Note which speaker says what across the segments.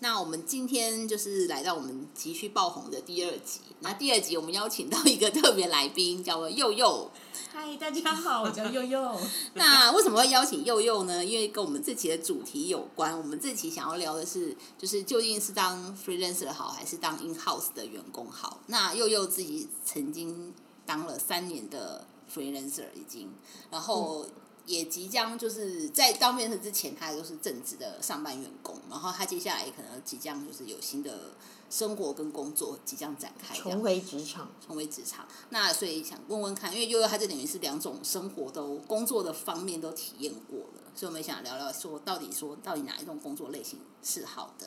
Speaker 1: 那我们今天就是来到我们急需爆红的第二集。那第二集我们邀请到一个特别来宾，叫做佑佑。
Speaker 2: 嗨，大家好，我叫佑佑。
Speaker 1: 那为什么会邀请佑佑呢？因为跟我们这期的主题有关。我们这期想要聊的是，就是究竟是当 freelancer 好，还是当 in house 的员工好？那佑佑自己曾经当了三年的 freelancer 已经，然
Speaker 3: 嗯
Speaker 1: 后也即将就是在当面试之前，他就是正职的上班员工，然后他接下来可能即将就是有新的生活跟工作即将展开，这样
Speaker 3: 重回职场，
Speaker 1: 重回职场。那所以想问问看，因为悠悠他这等于是两种生活都工作的方面都体验过了，所以我们想聊聊说到底说到底哪一种工作类型是好的。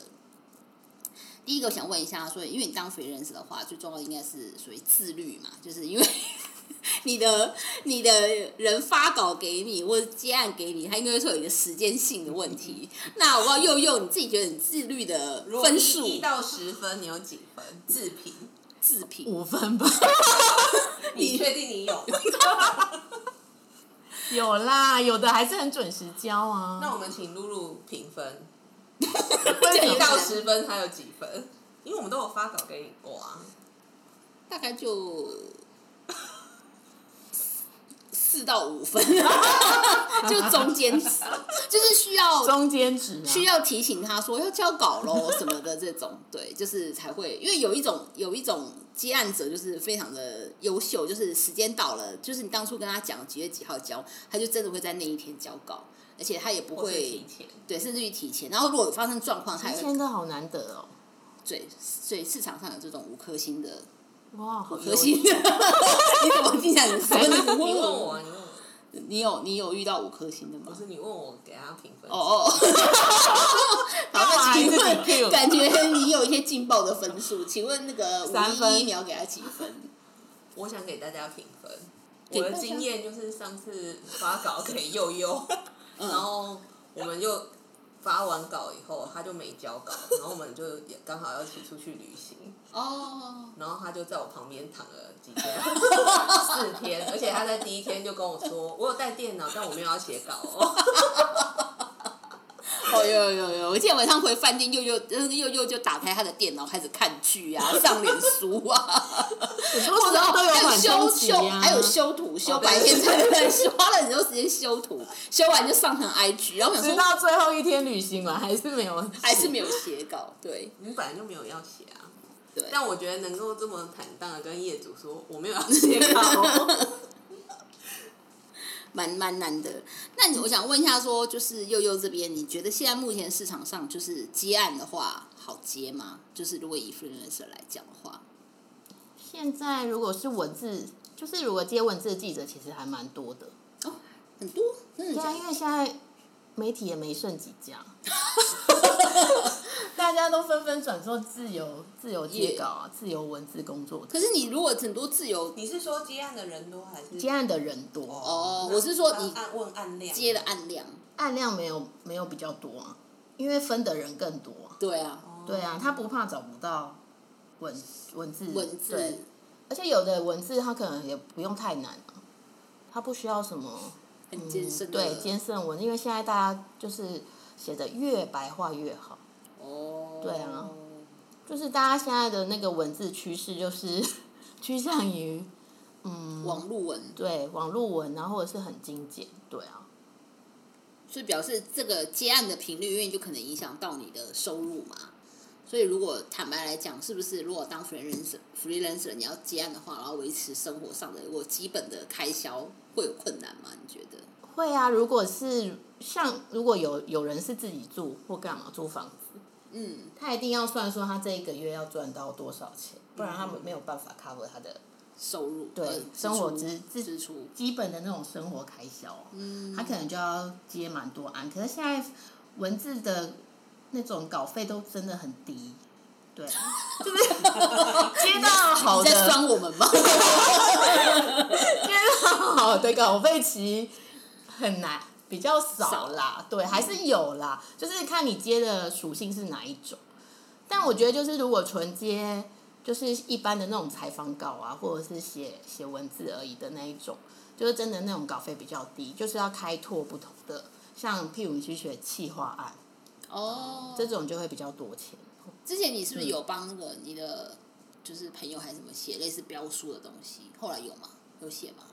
Speaker 1: 第一个我想问一下，所以因为你当 freelancer 的话，最重要应该是属于自律嘛，就是因为 你的你的人发稿给你或者接案给你，他应该会说有一个时间性的问题。那我不知道佑佑你自己觉得你自律的分数
Speaker 2: 一到十分，你有几分？自评，
Speaker 1: 自评
Speaker 3: 五分吧，
Speaker 2: 你确定你有 吗？
Speaker 3: 有啦，有的还是很准时交啊。
Speaker 2: 那我们请露露评分，
Speaker 3: 为什
Speaker 2: 一
Speaker 3: 么
Speaker 2: 到十分还有几分？因为我们都有发稿给你过啊。
Speaker 1: 大概就四到五分， 就中间值，就是需要
Speaker 3: 中间值啊，
Speaker 1: 需要提醒他说要交稿喽什么的这种， 对，就是才会，因为有一种有一种接案者就是非常的优秀，就是时间到了，就是你当初跟他讲几月几号交，他就真的会在那一天交稿，而且他也不
Speaker 2: 或是
Speaker 1: 会
Speaker 2: 提前
Speaker 1: 对，甚至于提前，然后如果有发生状况，他
Speaker 3: 提
Speaker 1: 也会
Speaker 3: 前的好难得哦，
Speaker 1: 对，所以市场上有这种五颗星的
Speaker 3: 哇，好
Speaker 1: 核心，你怎么印象很深？
Speaker 2: 你
Speaker 1: 你
Speaker 2: 问我啊，你问我，
Speaker 1: 你有你有遇到五颗星的吗
Speaker 2: 不？是你问我给他评分。
Speaker 1: 哦， 哦，
Speaker 3: 干嘛
Speaker 1: 好，那请
Speaker 3: 还自己 cue
Speaker 1: 问，感觉你有一些劲爆的分数，请问那个五
Speaker 3: 三
Speaker 1: 一一
Speaker 3: 分
Speaker 1: 你要给他几分？
Speaker 2: 我想给大家评分。
Speaker 1: 给大
Speaker 2: 我
Speaker 1: 家
Speaker 2: 的经验就是上次发稿给悠悠，
Speaker 1: 嗯
Speaker 2: 然后我们就发完稿以后，他就没交稿，然后我们就也刚好要一起出去旅行，
Speaker 1: 哦，
Speaker 2: 然后他就在我旁边躺了几天， 四天，而且他在第一天就跟我说，我有带电脑，但我没有要写稿哦。
Speaker 1: 哦有有有，我记得晚上回饭 店，又又嗯又又就打开他的电脑开始看剧 啊，上脸书啊，
Speaker 3: 有时候 都有
Speaker 1: 还
Speaker 3: 缓
Speaker 1: 有修
Speaker 3: 冲期
Speaker 1: 修，
Speaker 3: 啊，
Speaker 1: 还有修图，修
Speaker 2: 哦
Speaker 1: 白
Speaker 2: 对
Speaker 1: 天才能 花了很多时间修图，修完就上传 IG，然后我想
Speaker 3: 直
Speaker 1: 说
Speaker 3: 到最后一天旅行完还是没有，
Speaker 1: 还是没有写稿，对
Speaker 2: 你本来就没有要写啊，
Speaker 1: 对。
Speaker 2: 但我觉得能够这么坦荡的跟业主说我没有要写 稿哦，
Speaker 1: 蛮蛮难得。那你我想问一下说就是悠悠这边，你觉得现在目前市场上就是接案的话好接吗？就是如果以 freelancer 来讲的话，
Speaker 3: 现在如果是文字，就是如果接文字的记者，其实还蛮多的。
Speaker 1: 哦，很多，真的
Speaker 3: 对
Speaker 1: 假
Speaker 3: 啊，
Speaker 1: 的
Speaker 3: 因为现在媒体也没剩几家，大家都纷纷转做自由、自由接稿啊、自由文字工作者。
Speaker 1: 可是你如果很多自由
Speaker 2: 你是说接案的人多还是
Speaker 3: 接案的人多，
Speaker 1: 哦，我是说你
Speaker 2: 按问按量
Speaker 1: 接的案量，
Speaker 3: 案量没有没有比较多啊，因为分的人更多啊。
Speaker 1: 对啊，
Speaker 3: 对
Speaker 2: 哦
Speaker 3: 啊，他不怕找不到文文字
Speaker 1: 文字
Speaker 3: 对而且有的文字他可能也不用太难啊，他不需要什么嗯
Speaker 1: 很艰深的，
Speaker 3: 对艰深文，因为现在大家就是写的越白话越好。
Speaker 1: 哦，
Speaker 3: 对啊就是大家现在的那个文字趋势，就是 趋向于嗯
Speaker 1: 网路文，
Speaker 3: 对网络文，然后或者是很精简，对啊，
Speaker 1: 所以表示这个接案的频率，因为就可能影响到你的收入嘛。所以如果坦白来讲，是不是如果当 freelancer freelancer 你要接案的话，然后维持生活上的我基本的开销会有困难吗？你觉得？
Speaker 3: 会啊。如果是像如果有有人是自己住或干嘛租房子，
Speaker 1: 嗯，
Speaker 3: 他一定要算说他这一个月要赚到多少钱，不然他
Speaker 1: 嗯
Speaker 3: 们没有办法 cover 他的
Speaker 1: 收入
Speaker 3: 对
Speaker 1: 呃支出
Speaker 3: 生活支支
Speaker 1: 支出，
Speaker 3: 基本的那种生活开销啊、
Speaker 1: 嗯，
Speaker 3: 他可能就要接蛮多案。可是现在文字的那种稿费都真的很低，对啊， 就是接到好
Speaker 1: 你
Speaker 3: 的
Speaker 1: 在酸我 们吗？
Speaker 3: 接到啊好的稿费其实很难，比较少啦，对，还是有啦，就是看你接的属性是哪一种。但我觉得就是如果纯接就是一般的那种采访稿啊，或者是写写文字而已的那一种，就是真的那种稿费比较低，就是要开拓不同的，像譬如你去学企划案
Speaker 1: 哦，
Speaker 3: 这种就会比较多钱。
Speaker 1: 之前你是
Speaker 3: 嗯
Speaker 1: 不是有帮那个你的就是朋友还是什么写类似标书的东西？后来有吗？有写吗？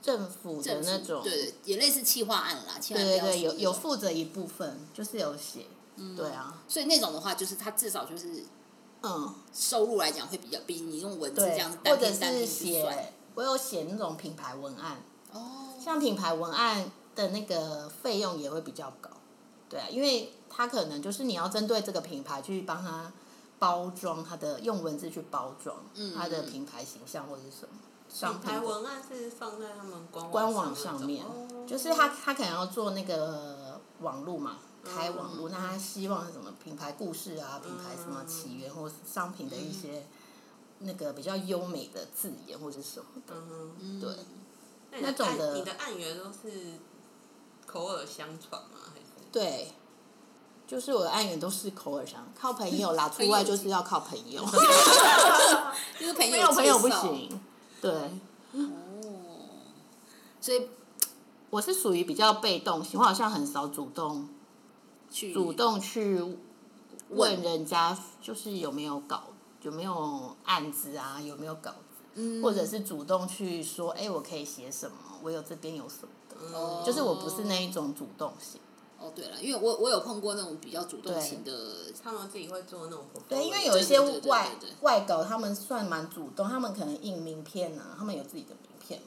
Speaker 3: 政府的
Speaker 1: 政府
Speaker 3: 那种，
Speaker 1: 对对，也类似企划案啦，企划
Speaker 3: 对
Speaker 1: 案
Speaker 3: 对
Speaker 1: 标
Speaker 3: 对，
Speaker 1: 书
Speaker 3: 有
Speaker 1: 那
Speaker 3: 有
Speaker 1: 种
Speaker 3: 负责一部分，就是有写，
Speaker 1: 嗯
Speaker 3: 对啊，
Speaker 1: 所以那种的话，就是他至少就是
Speaker 3: 嗯，
Speaker 1: 收入来讲会比较比你用文字这
Speaker 3: 对
Speaker 1: 样子，
Speaker 3: 或
Speaker 1: 单
Speaker 3: 者
Speaker 1: 篇单
Speaker 3: 是
Speaker 1: 篇去算
Speaker 3: 写，我有写那种品牌文案，
Speaker 1: 哦，
Speaker 3: 像品牌文案的那个费用也会比较高，对啊，因为它可能就是你要针对这个品牌去帮它包装它的，用文字去包装
Speaker 1: 嗯
Speaker 3: 它的品牌形象或者是什么商
Speaker 2: 品
Speaker 3: 品
Speaker 2: 牌
Speaker 3: 的
Speaker 2: 文案是放在他们官
Speaker 3: 官网
Speaker 2: 网
Speaker 3: 上
Speaker 2: 那
Speaker 3: 面
Speaker 2: 种哦，
Speaker 3: 就是他他可能要做那个网络嘛，开网络，那他希望是什么品牌故事啊，品牌什么起源或是商品的一些那个比较优美的字眼或者什么的，
Speaker 2: 嗯，
Speaker 1: 嗯
Speaker 3: 对
Speaker 2: 那你的
Speaker 3: 那种
Speaker 2: 案
Speaker 3: 的
Speaker 2: 你的案源都是口耳相传吗？还是
Speaker 3: 对。就是我的案源都是口耳相，靠朋友啦，出外就是要靠朋友，
Speaker 1: 就是朋友
Speaker 3: 没有朋友不
Speaker 1: 介绍
Speaker 3: 行。对，
Speaker 1: 哦，所以
Speaker 3: 我是属于比较被动型，我好像很少主动
Speaker 1: 去
Speaker 3: 主动去问人家，就是有没有稿，有没有案子啊，有没有稿子，
Speaker 1: 嗯
Speaker 3: 或者是主动去说，哎、我可以写什么，我有这边有什么的，
Speaker 1: 哦
Speaker 3: 就是我不是那一种主动型。
Speaker 1: 哦，对了，因为我我有碰过那种比较主动型的，
Speaker 2: 他们自己会做那种 portfolio？
Speaker 3: 对，因为有一些
Speaker 1: 对对对对
Speaker 3: 外
Speaker 1: 对对
Speaker 3: 外稿，他们算蛮主动，他们可能印名片啊，他们有自己的名片，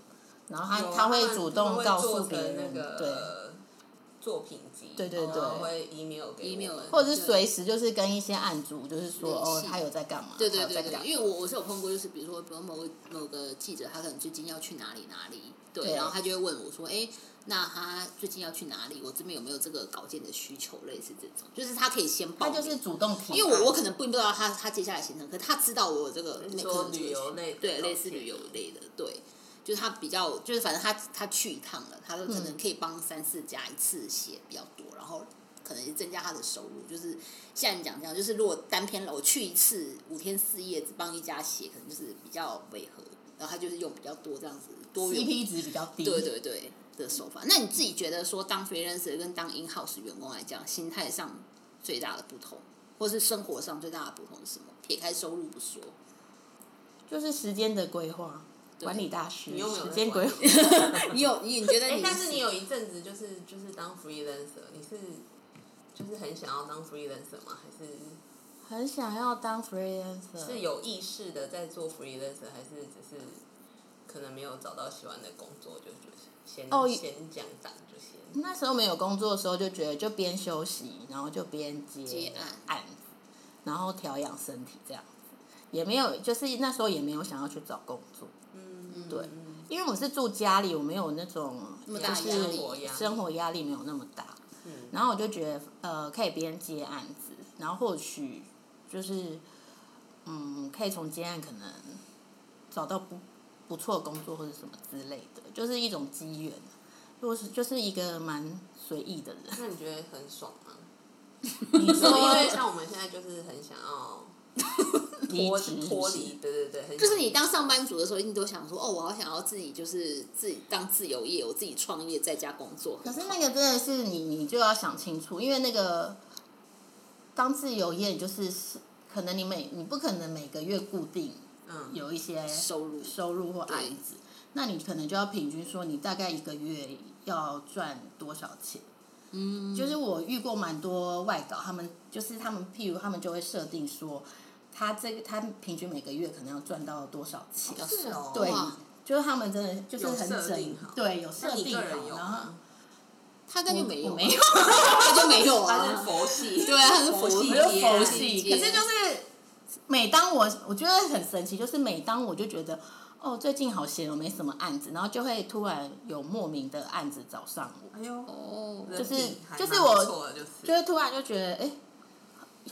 Speaker 3: 然后
Speaker 1: 啊
Speaker 3: 他
Speaker 2: 有
Speaker 3: 他会
Speaker 2: 们
Speaker 3: 主动
Speaker 2: 会
Speaker 3: 告
Speaker 2: 做
Speaker 3: 诉
Speaker 2: 成
Speaker 3: 别人，
Speaker 2: 那个
Speaker 3: 对，
Speaker 2: 作品集，
Speaker 3: 对对
Speaker 2: 然后
Speaker 3: 对
Speaker 2: 会 email 给
Speaker 1: email
Speaker 2: 我们
Speaker 3: 或者是随时就是跟一些案主，就是说
Speaker 1: 联
Speaker 3: 哦
Speaker 1: 系，
Speaker 3: 他有在干嘛，
Speaker 1: 对对
Speaker 3: 他有
Speaker 1: 对
Speaker 3: 在干
Speaker 1: 对，
Speaker 3: 嘛
Speaker 1: 因为我我是有碰过，就是比如说，比如某个某个记者，他可能最近要去哪里哪里，对，
Speaker 3: 对
Speaker 1: 然后他就会问我说，哎，那他最近要去哪里？我这边有没有这个稿件的需求？类似这种，就是他可以先报
Speaker 3: 他
Speaker 1: 名，
Speaker 3: 就是主动提案，
Speaker 1: 因为我我可能并不知道他他接下来行程，可他知道我有这个
Speaker 2: 你
Speaker 1: 可
Speaker 2: 说
Speaker 1: 能这个
Speaker 2: 旅游
Speaker 1: 需
Speaker 2: 类的
Speaker 1: 对类
Speaker 2: 东
Speaker 1: 似
Speaker 2: 西
Speaker 1: 旅游类的，对，就是他比较就是反正他他去一趟了，他就可能可以帮三四家一次写比较多，然后可能也增加他的收入。就是像你讲这样，就是如果单篇了我去一次五天四夜只帮一家写，可能就是比较违和，然后他就是用比较多这样子多元
Speaker 3: CP 值比较低。
Speaker 1: 对对对的手法。那你自己觉得说，当 freelancer 跟当 in house 员工来讲，心态上最大的不同，或是生活上最大的不同是什么？撇开收入不说，
Speaker 3: 就是时间的规划，
Speaker 1: 对
Speaker 3: 管理大师，
Speaker 2: 你又没有
Speaker 3: 时
Speaker 2: 在
Speaker 3: 间规划。
Speaker 1: 你有你你觉得
Speaker 2: 哎、
Speaker 1: 你，
Speaker 2: 但是你有一阵子就是就是当 freelancer，你是就是很想要当 freelancer 吗？还是
Speaker 3: 很想要当 freelancer，
Speaker 2: 是有意识的在做 freelancer，还是只是可能没有找到喜欢的工作，就就先、
Speaker 3: 哦
Speaker 2: 先降档就先。
Speaker 3: 那时候没有工作的时候，就觉得就边休息，然后就边接
Speaker 1: 接案
Speaker 3: 子，然后调养身体这样子，也没有就是那时候也没有想要去找工作，
Speaker 2: 嗯，
Speaker 3: 对，因为我是住家里，我没有那种
Speaker 1: 那么
Speaker 3: 就
Speaker 1: 大
Speaker 3: 是
Speaker 1: 压力嗯
Speaker 3: 生活压力没有那么大，然后我就觉得呃可以边接案子，然后或许就是嗯可以从接案可能找到不不错的工作或者什么之类的，就是一种机缘。就是就是一个蛮随意的人，
Speaker 2: 那你觉得很爽 吗？
Speaker 3: 你
Speaker 2: 因为
Speaker 3: 说
Speaker 2: 像我们现在就是很想要
Speaker 3: 离
Speaker 2: 脱
Speaker 3: 职
Speaker 2: 脱
Speaker 3: 是不是
Speaker 2: 离，对对对，很
Speaker 1: 就是你当上班族的时候，你都想说，哦，我好想要自己就是自己当自由业，我自己创业，在家工作。
Speaker 3: 可是那个真的是你，你就要想清楚，因为那个当自由业，你就是是可能你每你不可能每个月固定
Speaker 2: 嗯
Speaker 3: 有一些
Speaker 1: 收入
Speaker 3: 收入或案子，那你可能就要平均说你大概一个月要赚多少钱。嗯，就是我遇过蛮多外稿，他们就是他们，譬如他们就会设定说，他这个他平均每个月可能要赚到多少钱，
Speaker 2: 是哦
Speaker 3: 对
Speaker 1: 哇，
Speaker 3: 就是他们真的就是
Speaker 2: 有
Speaker 3: 很
Speaker 2: 设
Speaker 3: 整
Speaker 2: 定好，
Speaker 3: 对，有设
Speaker 2: 那你
Speaker 3: 定
Speaker 2: 个
Speaker 3: 好，
Speaker 2: 人有
Speaker 3: 然后
Speaker 2: 吗？
Speaker 1: 他根本就没有
Speaker 3: 我
Speaker 1: 啊，
Speaker 3: 没有
Speaker 1: 他就没有
Speaker 2: 他是
Speaker 1: 啊。
Speaker 2: 佛 系，
Speaker 1: 对啊，他是佛系
Speaker 3: 我
Speaker 2: 我
Speaker 3: 就
Speaker 2: 就
Speaker 1: 接啊
Speaker 3: 佛
Speaker 2: 佛
Speaker 3: 系，
Speaker 2: 系
Speaker 1: 接
Speaker 3: 可是就是每当我我觉得很神奇，就是每当我就觉得哦最近好闲，我没什么案子，然后就会突然有莫名的案子找上我，
Speaker 2: 哎呦，
Speaker 1: 哦，
Speaker 3: 就是
Speaker 2: 人品还
Speaker 3: 就是
Speaker 2: 蛮
Speaker 3: 我
Speaker 2: 不错的就是
Speaker 3: 就会突然就觉得哎。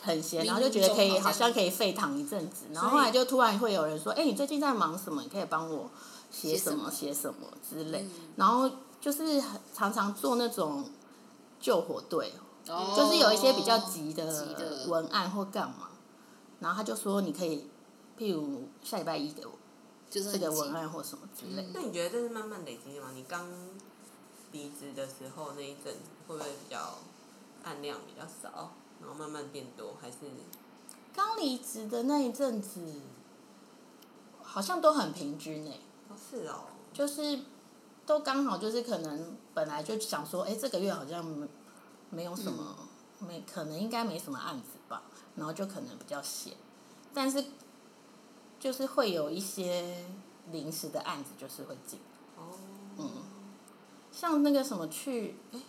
Speaker 3: 很闲，
Speaker 2: 冥冥
Speaker 3: 然后就觉得可以，
Speaker 2: 中
Speaker 3: 好
Speaker 2: 好像
Speaker 3: 像可以沸腾一阵子，然后后来就突然会有人说：“哎、你最近在忙什么？你可以帮我写什么嗯写什么之类。然后就是很常常做那种救火队，
Speaker 1: 哦
Speaker 3: 就是有一些比较急
Speaker 1: 急
Speaker 3: 的
Speaker 1: 的
Speaker 3: 文案或干嘛，然后他就说你可以，譬如下礼拜一给我
Speaker 1: 就是很
Speaker 3: 这个
Speaker 1: 急
Speaker 3: 文案或什么之类的。
Speaker 2: 那你觉得这是慢慢累积的吗？你刚离职的时候那一阵
Speaker 1: 嗯
Speaker 2: 子会不会比较案量比较少，然后慢慢变多，还是
Speaker 3: 刚离职的那一阵子，好像都很平均诶、欸
Speaker 2: 哦是哦，
Speaker 3: 就是都刚好就是可能本来就想说，哎、这个月好像没没有什么，
Speaker 1: 嗯
Speaker 3: 没可能应该没什么案子吧，然后就可能比较闲，但是就是会有一些临时的案子就是会进，
Speaker 2: 哦，
Speaker 3: 嗯像那个什么去，哎、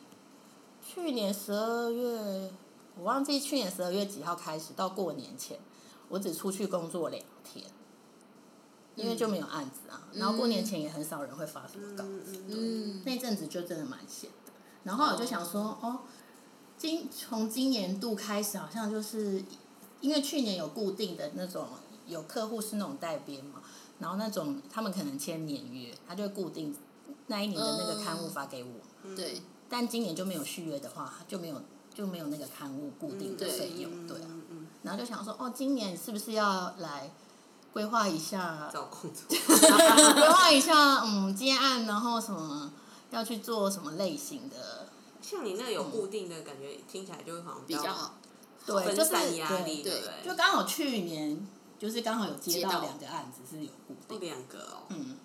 Speaker 3: 去年十二月，我忘记去年十二月几号开始到过年前，我只出去工作两天。因为就没有案子啊，然后过年前也很少人会发什么稿，
Speaker 2: 嗯嗯嗯，
Speaker 1: 嗯，
Speaker 3: 那阵子就真的蛮闲的。然后我就想说，哦，今从今年度开始，好像就是因为去年有固定的那种，有客户是那种代编嘛，然后那种他们可能签年约，他就会固定那一年的那个刊物发给我，
Speaker 1: 对，
Speaker 3: 但今年就没有续约的话，就没有就没有那个刊物固定的
Speaker 1: 嗯
Speaker 3: 费用，
Speaker 2: 嗯
Speaker 3: 对啊。
Speaker 2: 嗯 嗯，
Speaker 3: 然后就想说，哦，今年是不是要来规划 一下哦
Speaker 2: 找工作，
Speaker 3: 规划一下，嗯，接案，然后什么要去做什么类型的，
Speaker 2: 像你那有固定的感觉，听起来就好像
Speaker 1: 比较好，
Speaker 3: 对，
Speaker 2: 分
Speaker 3: 就是
Speaker 2: 散压力，
Speaker 3: 对，
Speaker 2: 对
Speaker 1: 对
Speaker 2: 不
Speaker 3: 就
Speaker 2: 对？
Speaker 3: 刚好去年就是刚好有接
Speaker 1: 接
Speaker 3: 到
Speaker 1: 到
Speaker 3: 两个案子是有固
Speaker 2: 就
Speaker 3: 定，
Speaker 2: 两个哦，
Speaker 3: 嗯，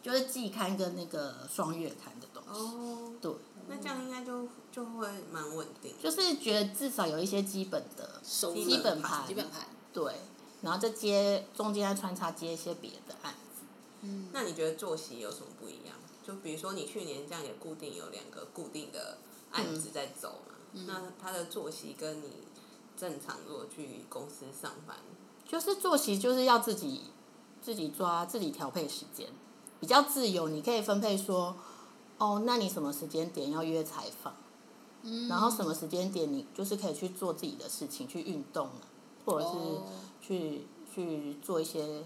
Speaker 3: 就是季刊跟那个双月刊的东西，
Speaker 2: 哦，
Speaker 3: 对，
Speaker 2: 那这样应该就就会蛮稳定，
Speaker 3: 就是觉得至少有一些基本的，
Speaker 1: 收入
Speaker 2: 基本
Speaker 3: 盘
Speaker 1: 基本盘，
Speaker 3: 对，然后再接中间再穿插接一些别的案子，
Speaker 1: 嗯，
Speaker 2: 那你觉得作息有什么不一样？就比如说你去年这样也固定有两个固定的案
Speaker 3: 嗯
Speaker 2: 子在走嘛，那他的作息跟你正常如果去公司上班，
Speaker 3: 就是作息就是要自己自己抓自己调配时间，比较自由，你可以分配说，哦，那你什么时间点要约采访。
Speaker 1: 嗯
Speaker 3: 然后什么时间点你就是可以去做自己的事情，去运动啊，或者是
Speaker 1: 哦
Speaker 3: 去、去做一些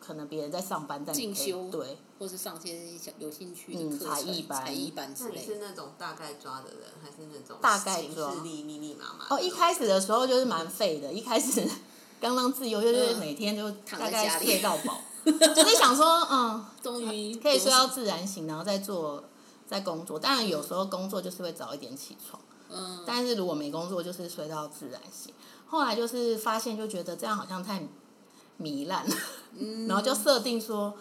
Speaker 3: 可能别人在上班，但你
Speaker 1: 进
Speaker 3: 可以
Speaker 1: 修
Speaker 3: 对
Speaker 1: 或是上些小有兴趣
Speaker 3: 嗯
Speaker 1: 的课程、
Speaker 3: 才艺班
Speaker 1: 才艺班之
Speaker 2: 那你
Speaker 1: 类
Speaker 2: 是
Speaker 1: 的，
Speaker 2: 那种大概抓的人，还是那种
Speaker 3: 大概
Speaker 2: 行
Speaker 3: 抓
Speaker 2: 事力密密麻麻的
Speaker 3: 哦，一开始的时候就是蛮废的，一开始 刚刚自由就是
Speaker 1: 嗯
Speaker 3: 每天就
Speaker 1: 躺
Speaker 3: 大
Speaker 1: 在
Speaker 3: 概
Speaker 1: 家里
Speaker 3: 睡到 饱，就是想说嗯
Speaker 1: 终
Speaker 2: 啊
Speaker 1: 于
Speaker 3: 可以睡到自然醒，然后再做再工作。当然有时候工作就是会早一点起床。
Speaker 1: 嗯，
Speaker 3: 但是如果没工作，就是睡到自然醒。后来就是发现，就觉得这样好像太糜烂了，
Speaker 1: 嗯
Speaker 3: 然后就设定说，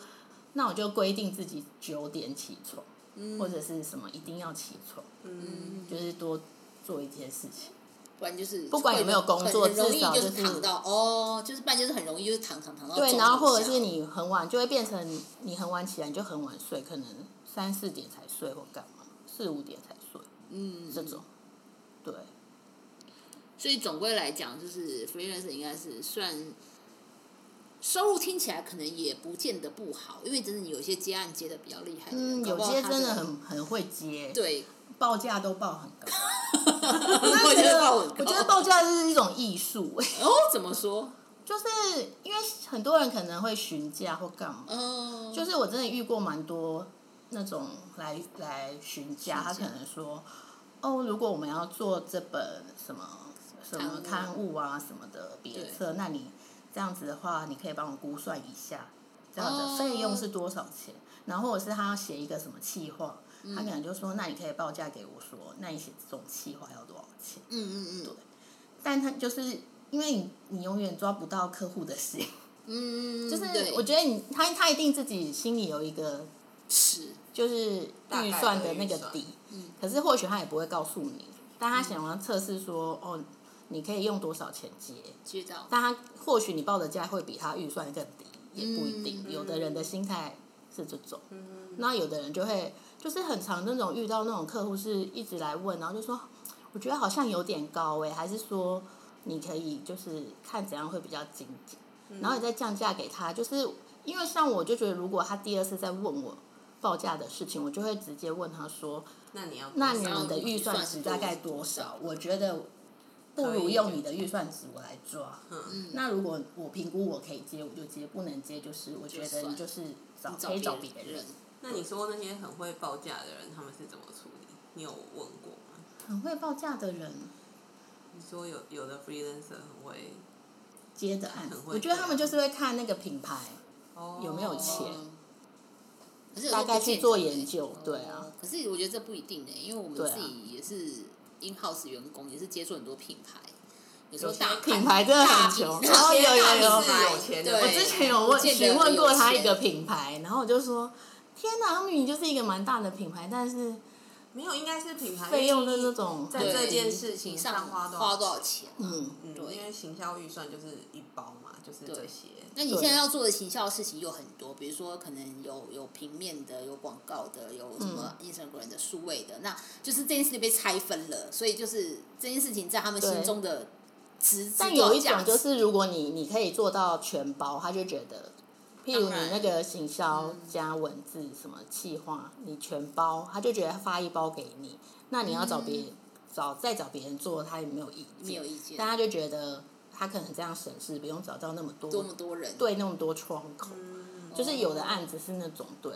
Speaker 3: 那我就规定自己九点起床，
Speaker 1: 嗯
Speaker 3: 或者是什么一定要起床，
Speaker 2: 嗯，
Speaker 3: 就是多做一件事情。
Speaker 1: 不然就是
Speaker 3: 不管有没有工作
Speaker 1: 很容易
Speaker 3: 至少
Speaker 1: 就
Speaker 3: 就是
Speaker 1: 躺到哦，就是不然就是很容易就是躺躺躺到
Speaker 3: 对，
Speaker 1: 中
Speaker 3: 然后或
Speaker 1: 午
Speaker 3: 者
Speaker 1: 下
Speaker 3: 是你很晚，就会变成你很晚起来，你就很晚睡，可能三四点才睡或干嘛，四五点才睡
Speaker 1: 嗯
Speaker 3: 这种。对，
Speaker 1: 所以总归来讲，就是 freelancer 应该是算收入听起来可能也不见得不好，因为真的有些接案接的比较厉害的人，
Speaker 3: 嗯，
Speaker 1: 搞
Speaker 3: 有
Speaker 1: 不好
Speaker 3: 些
Speaker 1: 他
Speaker 3: 真的很很会接，
Speaker 1: 对，
Speaker 3: 报价都报很高。
Speaker 1: 我觉得 报很高
Speaker 3: 我觉得报价是一种艺术，
Speaker 1: 哦，怎么说？
Speaker 3: 就是因为很多人可能会询价或干嘛，
Speaker 1: 哦，
Speaker 3: 就是我真的遇过蛮多那种来来
Speaker 1: 询
Speaker 3: 询价，
Speaker 1: 价
Speaker 3: 他可能说，哦，如果我们要做这本什么什么刊
Speaker 1: 刊
Speaker 3: 物啊什么的别册，那你这样子的话，你可以帮我估算一下这样的
Speaker 1: 哦
Speaker 3: 费用是多少钱，然后或者是他要写一个什么企划，他
Speaker 1: 嗯
Speaker 3: 可能就说，那你可以报价给我说，那你写这种企划要多少钱？
Speaker 1: 嗯嗯嗯，
Speaker 3: 但他就是因为你你永远抓不到客户的心，
Speaker 1: 嗯，
Speaker 3: 就是
Speaker 1: 对
Speaker 3: 我觉得你他他一定自己心里有一个
Speaker 1: 是
Speaker 3: 就是预算的那个
Speaker 2: 大概的预
Speaker 3: 底，可是或许他也不会告诉你，但他想要测试说哦，你可以用多少钱接，
Speaker 1: 接到，
Speaker 3: 但他或许你报的价会比他预算更低，也不一定。
Speaker 1: 嗯
Speaker 3: 有的人的心态是这种，那有的人就会就是很常那种遇到那种客户是一直来问，然后就说我觉得好像有点高哎、还是说你可以就是看怎样会比较精简，然后你再降价给他，就是因为像我就觉得如果他第二次再问我。报价的事情，我就会直接问他说
Speaker 2: 那你要：“
Speaker 3: 那
Speaker 2: 多
Speaker 3: 你
Speaker 2: 少
Speaker 3: 们的嗯预算值大概多少？”我觉得不如用你的预算值我来抓。
Speaker 2: 嗯
Speaker 3: 那如果我评估我可以接，我就接；不能接，就是我觉得
Speaker 1: 算
Speaker 3: 你就是找
Speaker 1: 找
Speaker 3: 可以找别
Speaker 1: 别
Speaker 3: 人。
Speaker 2: 那你说那些很会报价的人，他们是怎么处理？你有问过吗？
Speaker 3: 很会报价的人
Speaker 2: 你说有有的 freelancer 很会
Speaker 3: 接的案子
Speaker 2: 很，会
Speaker 3: 我觉得他们
Speaker 1: 啊
Speaker 3: 就是会看那个品牌，
Speaker 2: 哦
Speaker 3: 有没有钱
Speaker 1: 哦可是有时
Speaker 3: 大
Speaker 1: 候
Speaker 3: 概
Speaker 1: 不见
Speaker 3: 去
Speaker 1: 得
Speaker 3: 做
Speaker 1: 欸
Speaker 3: 研究。对啊
Speaker 1: 哦，可是我觉得这不一定呢、因为我们
Speaker 3: 对啊
Speaker 1: 自己也是 in house 员工，也是接触很多品牌，有时候
Speaker 2: 有些
Speaker 1: 大
Speaker 3: 品牌真的很穷然后有有有
Speaker 2: 有钱的
Speaker 1: 对，
Speaker 2: 我
Speaker 3: 之前有
Speaker 1: 不
Speaker 3: 问
Speaker 1: 见得
Speaker 3: 询问过他
Speaker 1: 有
Speaker 3: 一
Speaker 1: 钱
Speaker 3: 个品牌，然后我就说：“天哪，他们明明就是一个蛮大的品牌，但是
Speaker 2: 没有，应该是品牌
Speaker 3: 费用的
Speaker 2: 愿意
Speaker 3: 那种
Speaker 2: 在
Speaker 1: 对
Speaker 2: 这件事情上
Speaker 1: 上
Speaker 2: 花多
Speaker 1: 花
Speaker 2: 少
Speaker 1: 多少钱？
Speaker 2: 钱？
Speaker 3: 嗯，
Speaker 2: 嗯，
Speaker 1: 对
Speaker 2: 因为行销预算就是一包嘛，就是这些。
Speaker 1: 那你现在要做的行销事情有很多，比如说可能有有平面的，有广告的，有什么
Speaker 3: 嗯
Speaker 1: Instagram 的数位的，那就是这件事情被拆分了，所以就是这件事情在他们心
Speaker 3: 对
Speaker 1: 中的值值
Speaker 3: 但有一
Speaker 1: 多少价
Speaker 3: 种就
Speaker 1: 值
Speaker 3: 是，如果你你可以做到全包，他就觉得，譬如
Speaker 2: 当然
Speaker 3: 你那个行销加文字什么企划，你全包，他就觉得他发一包给你，那你要找别人、找再找别人做，他也没有意见，
Speaker 1: 嗯没有意见
Speaker 3: 但他就觉得他可能这样省事，不用找到那么多
Speaker 1: 多么多人
Speaker 3: 对那么多窗口，
Speaker 2: 嗯，
Speaker 3: 就是有的案子是那种对，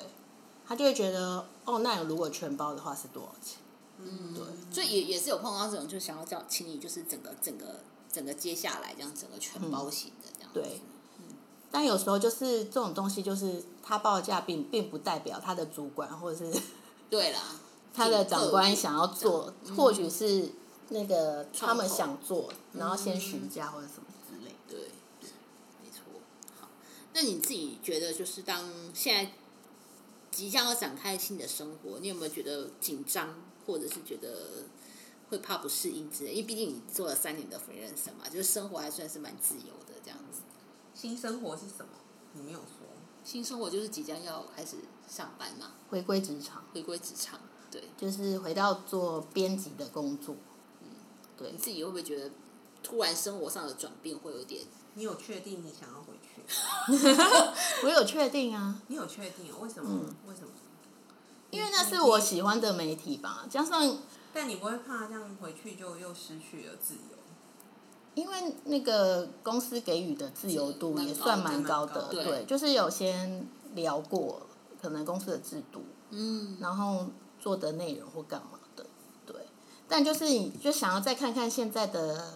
Speaker 3: 他就会觉得哦，那如果全包的话是多少钱？
Speaker 1: 嗯所以也也是有碰到这种，就想要叫请你就是整个整个整个接下来这样整个全包型的这样子。
Speaker 3: 嗯对但有时候就是这种东西，就是他报价并并不代表他的主管或者是
Speaker 1: 对啦，
Speaker 3: 他的长官
Speaker 1: 挺
Speaker 3: 想要做，或许是那个他们想做，然后先询价或者什么之类的。
Speaker 1: 对，没错。好，那你自己觉得就是当现在即将要展开新的生活，你有没有觉得紧张，或者是觉得会怕不适应之类？因为毕竟你做了三年的 freelancer 嘛，就是生活还算是蛮自由的这样子。
Speaker 2: 新生活是什么？你没有说，
Speaker 1: 新生活就是即将要开始上班嘛，
Speaker 3: 回归职场
Speaker 1: 回归职场。对，
Speaker 3: 就是回到做编辑的工作，
Speaker 1: 你自己会不会觉得突然生活上的转变会有点？
Speaker 2: 你有确定你想要回去？
Speaker 3: 我有确定啊，
Speaker 2: 你有确定哦？为什么？
Speaker 3: 嗯
Speaker 2: 为什么？
Speaker 3: 因为那是我喜欢的媒体吧，加上
Speaker 2: 但你不会怕这样回去就又失去了自由？
Speaker 3: 因为那个公司给予的自由度也算蛮高的，
Speaker 2: 自
Speaker 1: 由蛮高的对
Speaker 3: 对，就是有先聊过可能公司的制度，
Speaker 1: 嗯，
Speaker 3: 然后做的内容或干嘛的，对。但就是你就想要再看看现在的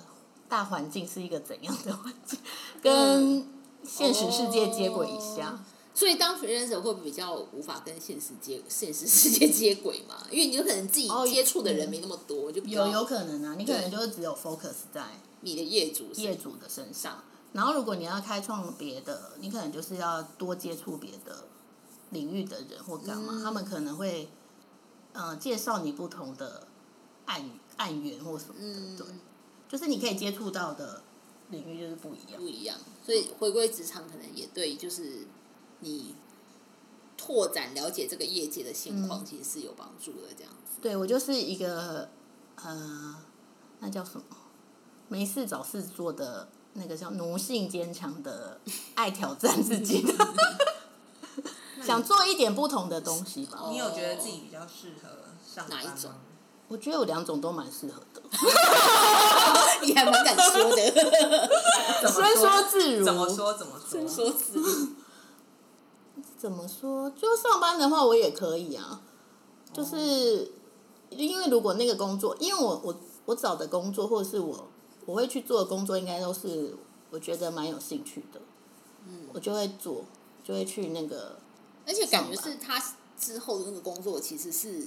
Speaker 3: 大环境是一个怎样的环 境，跟现实世界接轨一下。
Speaker 1: 所以当 freelancer 会不会比较无法跟现实接现实世界接轨嘛？因为你有可能自己
Speaker 3: 哦
Speaker 1: 接触的人没那么多，就比较
Speaker 3: 有有可能啊，你可
Speaker 1: 对
Speaker 3: 能就是只有 focus 在
Speaker 1: 你的业主是
Speaker 3: 业主的身上，然后如果你要开创别的，你可能就是要多接触别的领域的人或干嘛，
Speaker 1: 嗯
Speaker 3: 他们可能会呃介绍你不同的案案源或什么的，
Speaker 1: 嗯
Speaker 3: 对，就是你可以接触到的领域就是不一样
Speaker 1: 不。一样，所以回归职场可能也对，就是你拓展了解这个业界的现
Speaker 3: 嗯
Speaker 1: 况，其实是有帮助的。这样子，
Speaker 3: 对我就是一个呃，那叫什么？没事找事做的那个叫奴性坚强的，爱挑战自己的， 想做一点不同的东西吧。
Speaker 2: 你有觉得自己比较适合上班
Speaker 1: 哦哪
Speaker 2: 吗
Speaker 1: 一种
Speaker 3: 我觉得我两种都蛮适合的，
Speaker 1: 你还蛮敢说的，
Speaker 2: 怎么
Speaker 3: 伸缩自如。
Speaker 2: 怎么？说？怎么说？
Speaker 1: 说辞
Speaker 3: 怎么说？就上班的话，我也可以啊。就是、
Speaker 1: 哦
Speaker 3: 因为如果那个工作，因为我我我找的工作，或者是我我会去做的工作，应该都是我觉得蛮有兴趣的。嗯，我就会做，就会去那个
Speaker 1: 而且感觉是他之后的那个工作其实是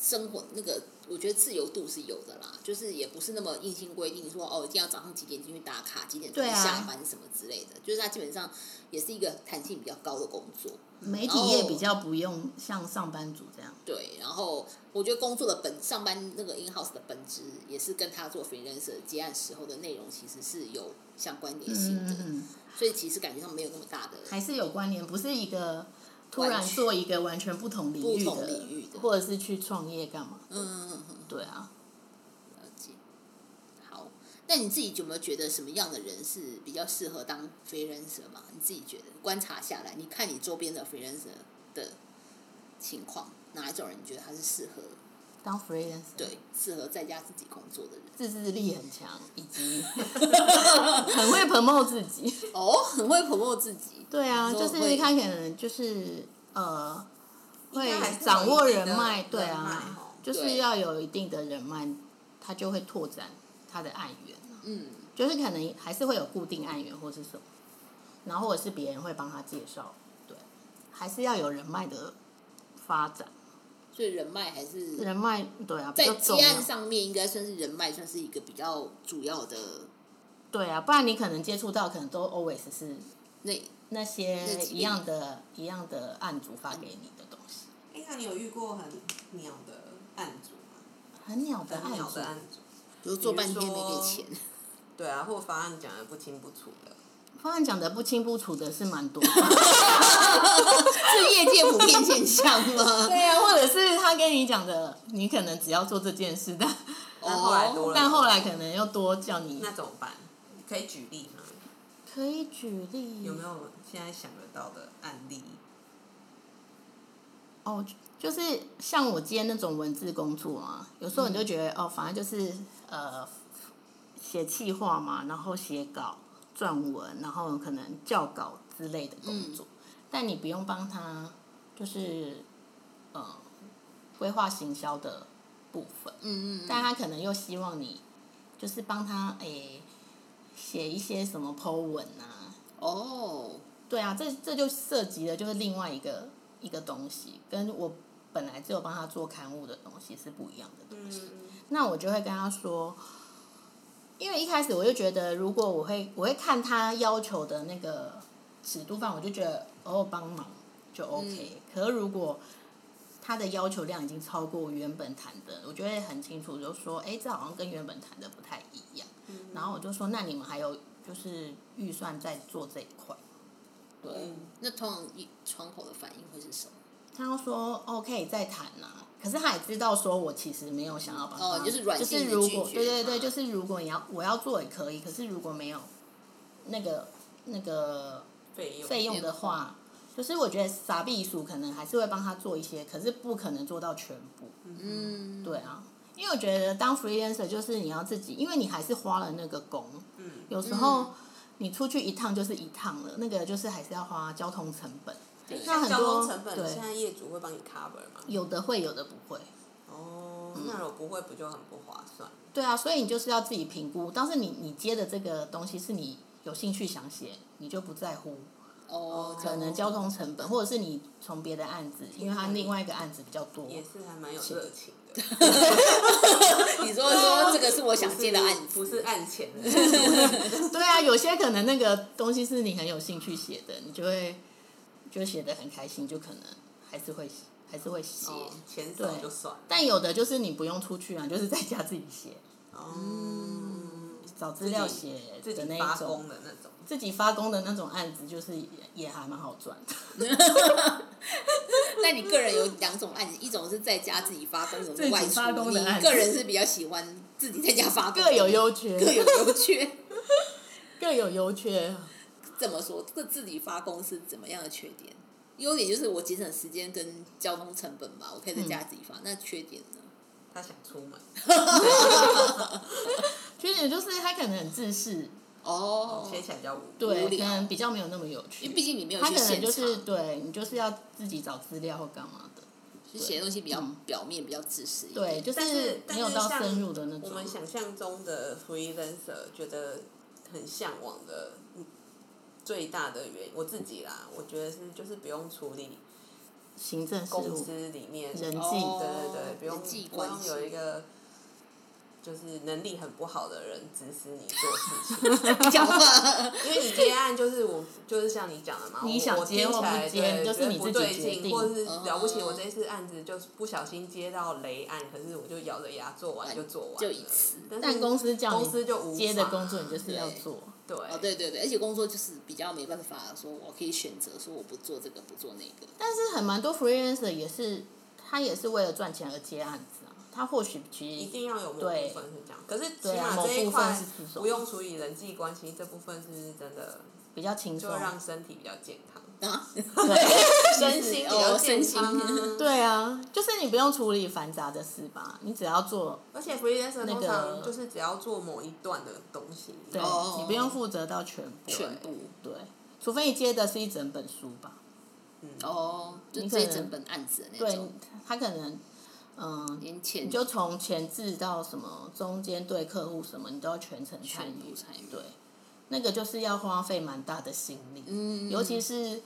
Speaker 1: 生活那个，我觉得自由度是有的啦，就是也不是那么硬性规定说哦一定要早上几点进去打卡，几点钟
Speaker 3: 对啊
Speaker 1: 下班什么之类的，就是他基本上也是一个弹性比较高的工作。
Speaker 3: 媒体
Speaker 1: 哦
Speaker 3: 业，比较不用像上班族这样。
Speaker 1: 对，然后我觉得工作的本上班那个 in house 的本质也是跟他做 freelancer 接案时候的内容其实是有相关联性
Speaker 3: 嗯
Speaker 1: 的，
Speaker 3: 嗯嗯，
Speaker 1: 所以其实感觉上没有那么大的。
Speaker 3: 还是有关联，不是一个突
Speaker 1: 完
Speaker 3: 然
Speaker 1: 全
Speaker 3: 做一个完全不同领域
Speaker 1: 不同
Speaker 3: 的，
Speaker 1: 领域的
Speaker 3: 或者是去创业干嘛的？
Speaker 1: 嗯嗯嗯，
Speaker 3: 对啊，
Speaker 1: 了解。好，那你自己有没有觉得什么样的人是比较适合当 freelancer 嘛？你自己觉得观察下来，你看你周边的 freelancer 的情况，哪一种人你觉得他是适合？
Speaker 3: 当 freelancer，
Speaker 1: 对，适合在家自己工作的人。
Speaker 3: 自制力很强，以 及 很会 promote 自己。
Speaker 1: 哦，很会 promote 自己。
Speaker 3: 对啊，
Speaker 1: 你
Speaker 3: 就
Speaker 1: 说
Speaker 3: 是
Speaker 1: 会
Speaker 3: 他可能就是呃，会
Speaker 2: 该还是有
Speaker 3: 掌握
Speaker 2: 一定
Speaker 3: 人
Speaker 2: 的
Speaker 3: 脉，对
Speaker 2: 人脉
Speaker 3: 啊
Speaker 2: 哦，
Speaker 3: 就是
Speaker 1: 对
Speaker 3: 要有一定的人脉，他就会拓展他的案源啊，
Speaker 1: 嗯。
Speaker 3: 就是可能还是会有固定案源或是什么，然后或者是别人会帮他介绍，对，还是要有人脉的发展，
Speaker 1: 所以人脉还是呃
Speaker 3: 人脉对啊，
Speaker 1: 在
Speaker 3: 比较
Speaker 1: 接
Speaker 3: 重要
Speaker 1: 案上面应该算是人脉，算是一个比较主要的
Speaker 3: 对啊，不然你可能接触到可能都 always 是
Speaker 1: 那
Speaker 3: 那些
Speaker 1: 那几个
Speaker 3: 一样的、一样的案主发给你的东西，
Speaker 2: 哎，那你有遇过很鸟的案主吗？
Speaker 3: 很鸟的
Speaker 2: 很
Speaker 3: 案
Speaker 2: 鸟
Speaker 3: 主
Speaker 2: 的，案主，
Speaker 1: 比如做半天
Speaker 2: 比如
Speaker 1: 没给
Speaker 2: 说
Speaker 1: 钱，
Speaker 2: 对啊，或方案讲的不清不楚的，
Speaker 3: 方案讲的不清不楚的是蛮多的。
Speaker 1: 是业界普遍现象吗？
Speaker 3: 对呀、或者是他跟你讲的，你可能只要做这件事，但
Speaker 2: 哦但后来多了，
Speaker 3: 但后来可能又多叫你。
Speaker 2: 那怎么办？可以举例吗？
Speaker 3: 可以举例
Speaker 2: 有没有现在想得到的案例？
Speaker 3: 哦，就是像我接那种文字工作啊，有时候你就觉得、哦，反正就是呃，写企划嘛，然后写稿、撰文，然后可能校稿之类的工作，但你不用帮他，就是呃，规划行销的部分，
Speaker 1: 嗯嗯嗯，
Speaker 3: 但他可能又希望你就是帮他诶写一些什么 po 文啊，
Speaker 1: 哦，
Speaker 3: 对啊，这这就涉及了就是另外一个一个东西，跟我本来只有帮他做刊物的东西是不一样的东西。
Speaker 2: 嗯，
Speaker 3: 那我就会跟他说，因为一开始我就觉得，如果我会我会看他要求的那个尺度范围，我就觉得偶尔帮忙就 OK、可是如果他的要求量已经超过原本谈的，我就会很清楚就说，哎，这好像跟原本谈的不太一样。然后我就说，那你们还有就是预算在做这一块。对，
Speaker 1: 那通常一窗口的反应会是什么？
Speaker 3: 他说 OK 再谈呐、可是他也知道说我其实没有想要帮他，
Speaker 1: 哦就是软性的
Speaker 3: 如
Speaker 1: 拒
Speaker 3: 果
Speaker 1: 绝
Speaker 3: 对对对，
Speaker 1: 嘛
Speaker 3: 就是如果你要我要做也可以，可是如果没有那个那个
Speaker 2: 费用
Speaker 3: 费用的话，就是我觉得傻逼叔可能还是会帮他做一些，可是不可能做到全部。
Speaker 1: 嗯，
Speaker 3: 对啊，因为我觉得当 freelancer 就是你要自己，因为你还是花了那个工，
Speaker 2: 嗯
Speaker 3: 有时候你出去一趟就是一趟了，那个就是还是要花交通成本。那很
Speaker 2: 交
Speaker 3: 多
Speaker 2: 通成本，
Speaker 3: 对嗯
Speaker 2: 现在业主会帮你 cover 吗？
Speaker 3: 有的会，有的不会。
Speaker 2: 哦，那如果不会，不就很不划算？
Speaker 3: 对啊，所以你就是要自己评估。但是你你接的这个东西是你有兴趣想写，你就不在乎
Speaker 1: 哦，
Speaker 3: 可能交通成本，或者是你从别的案子，因为它
Speaker 2: 嗯
Speaker 3: 另外一个案子比较多，
Speaker 2: 也是还蛮有热情的。
Speaker 1: 你 说说这个是我想接的案子，
Speaker 2: 不是按钱的，
Speaker 3: 对啊，有些可能那个东西是你很有兴趣写的，你就会就写的很开心，就可能还是会还是会写。
Speaker 2: 哦钱少就算了。
Speaker 3: 但有的就是你不用出去啊，就是在家自己写，
Speaker 2: 哦嗯，
Speaker 3: 找资料写
Speaker 2: 自
Speaker 3: 的那
Speaker 2: 己
Speaker 3: 一
Speaker 2: 发
Speaker 3: 种
Speaker 2: 功，的那种。
Speaker 3: 自己发功的那种案子，就是也也还蛮好赚的。
Speaker 1: 那你个人有两种案子，一种是在家自己发功，一种是外
Speaker 3: 自己发
Speaker 1: 出。
Speaker 3: 功
Speaker 1: 你
Speaker 3: 的案子
Speaker 1: 个人是比较喜欢自己在家发功，
Speaker 3: 各有优缺，
Speaker 1: 各有优缺。
Speaker 3: 各有优缺。
Speaker 1: 怎么说？这个自己发功是怎么样的缺点？优点就是我节省时间跟交通成本嘛，我可以在家自己发。那缺点呢？
Speaker 2: 他想出门，
Speaker 3: 缺点就是他可能很自私，
Speaker 1: 哦，
Speaker 2: 写起来比较无。
Speaker 3: 对，
Speaker 1: 无聊
Speaker 3: 可能比较没有那么有趣
Speaker 1: 因为。毕竟你没有
Speaker 3: 他
Speaker 1: 去
Speaker 3: 可能
Speaker 1: 现
Speaker 3: 就
Speaker 1: 场，
Speaker 3: 是对你就是要自己找资料或干嘛的，
Speaker 1: 就写的东西比较
Speaker 3: 嗯
Speaker 1: 表面，比较自私一点。
Speaker 3: 对，就
Speaker 2: 但是
Speaker 3: 没有到
Speaker 2: 但是像
Speaker 3: 深入的那
Speaker 2: 我
Speaker 3: 种。
Speaker 2: 们想象中的 freelancer 觉得很向往的，嗯最大的原因我自己啦，我觉得是就是不用处理
Speaker 3: 行政事
Speaker 2: 公
Speaker 3: 务，
Speaker 2: 司里面
Speaker 3: 人际
Speaker 1: 哦
Speaker 2: 对对对，不用
Speaker 1: 人际
Speaker 2: 不
Speaker 1: 关
Speaker 2: 用
Speaker 1: 系
Speaker 2: 有一个就是能力很不好的人指使你做事情，
Speaker 1: 讲话。
Speaker 2: 因为你接案就是我就是像你讲的嘛，
Speaker 3: 你
Speaker 2: 我
Speaker 3: 想
Speaker 2: 我
Speaker 3: 接
Speaker 2: 听
Speaker 3: 或
Speaker 2: 起来
Speaker 3: 不接
Speaker 2: 对
Speaker 3: 就是
Speaker 2: 觉得
Speaker 3: 你
Speaker 2: 不
Speaker 3: 自己
Speaker 2: 对
Speaker 3: 决
Speaker 2: 劲
Speaker 3: 定嗯
Speaker 2: 或是
Speaker 1: 哦
Speaker 2: 了不起，我这次案子就是不小心接到雷案，可是我就咬着牙做完就做完了，
Speaker 1: 就一次
Speaker 2: 但
Speaker 3: 但
Speaker 2: 是
Speaker 3: 公司叫
Speaker 2: 公司
Speaker 3: 你
Speaker 2: 就无
Speaker 3: 接的
Speaker 2: 法
Speaker 3: 工作，你就是要
Speaker 1: 对
Speaker 3: 做。
Speaker 2: 对
Speaker 1: 哦，对对对，而且工作就是比较没办法，说我可以选择说我不做这个，不做那个。
Speaker 3: 但是很蛮多 freelancer 也是，他也是为了赚钱而接案子啊。他或许
Speaker 2: 一
Speaker 3: 其实
Speaker 2: 定要有某部分
Speaker 3: 对
Speaker 2: 是这样，可是起
Speaker 3: 对啊
Speaker 2: 码
Speaker 3: 某
Speaker 2: 这一
Speaker 3: 部分
Speaker 2: 块
Speaker 3: 是这种
Speaker 2: 不用处理人际关系这部分，是不是真的
Speaker 3: 比较轻
Speaker 2: 就
Speaker 3: 松。
Speaker 2: 让身体比较健康？
Speaker 1: 啊，
Speaker 3: 对
Speaker 2: 身心比较
Speaker 1: 哦
Speaker 2: 健
Speaker 1: 身心
Speaker 2: 康啊。
Speaker 3: 对啊，就是你不用处理繁杂的事吧，你只要做，
Speaker 2: 而且 freelancer
Speaker 3: 那
Speaker 2: 通
Speaker 3: 个
Speaker 2: 常就是只要做某一段的东西，
Speaker 3: 对
Speaker 1: 哦
Speaker 3: 你不用负责到全部。
Speaker 1: 全部
Speaker 3: 对，除非你接的是一整本书吧。
Speaker 1: 哦，就
Speaker 3: 你可
Speaker 1: 这一
Speaker 3: 能
Speaker 1: 整本案子的那
Speaker 3: 对
Speaker 1: 种，，
Speaker 3: 他可能，嗯，
Speaker 1: 连钱
Speaker 3: 你就从前置到什么中间对客户什么，你都要全程参
Speaker 1: 全
Speaker 3: 与
Speaker 1: 部。参与。
Speaker 3: 对，那个就是要花费蛮大的心力，
Speaker 1: 嗯
Speaker 3: 尤其是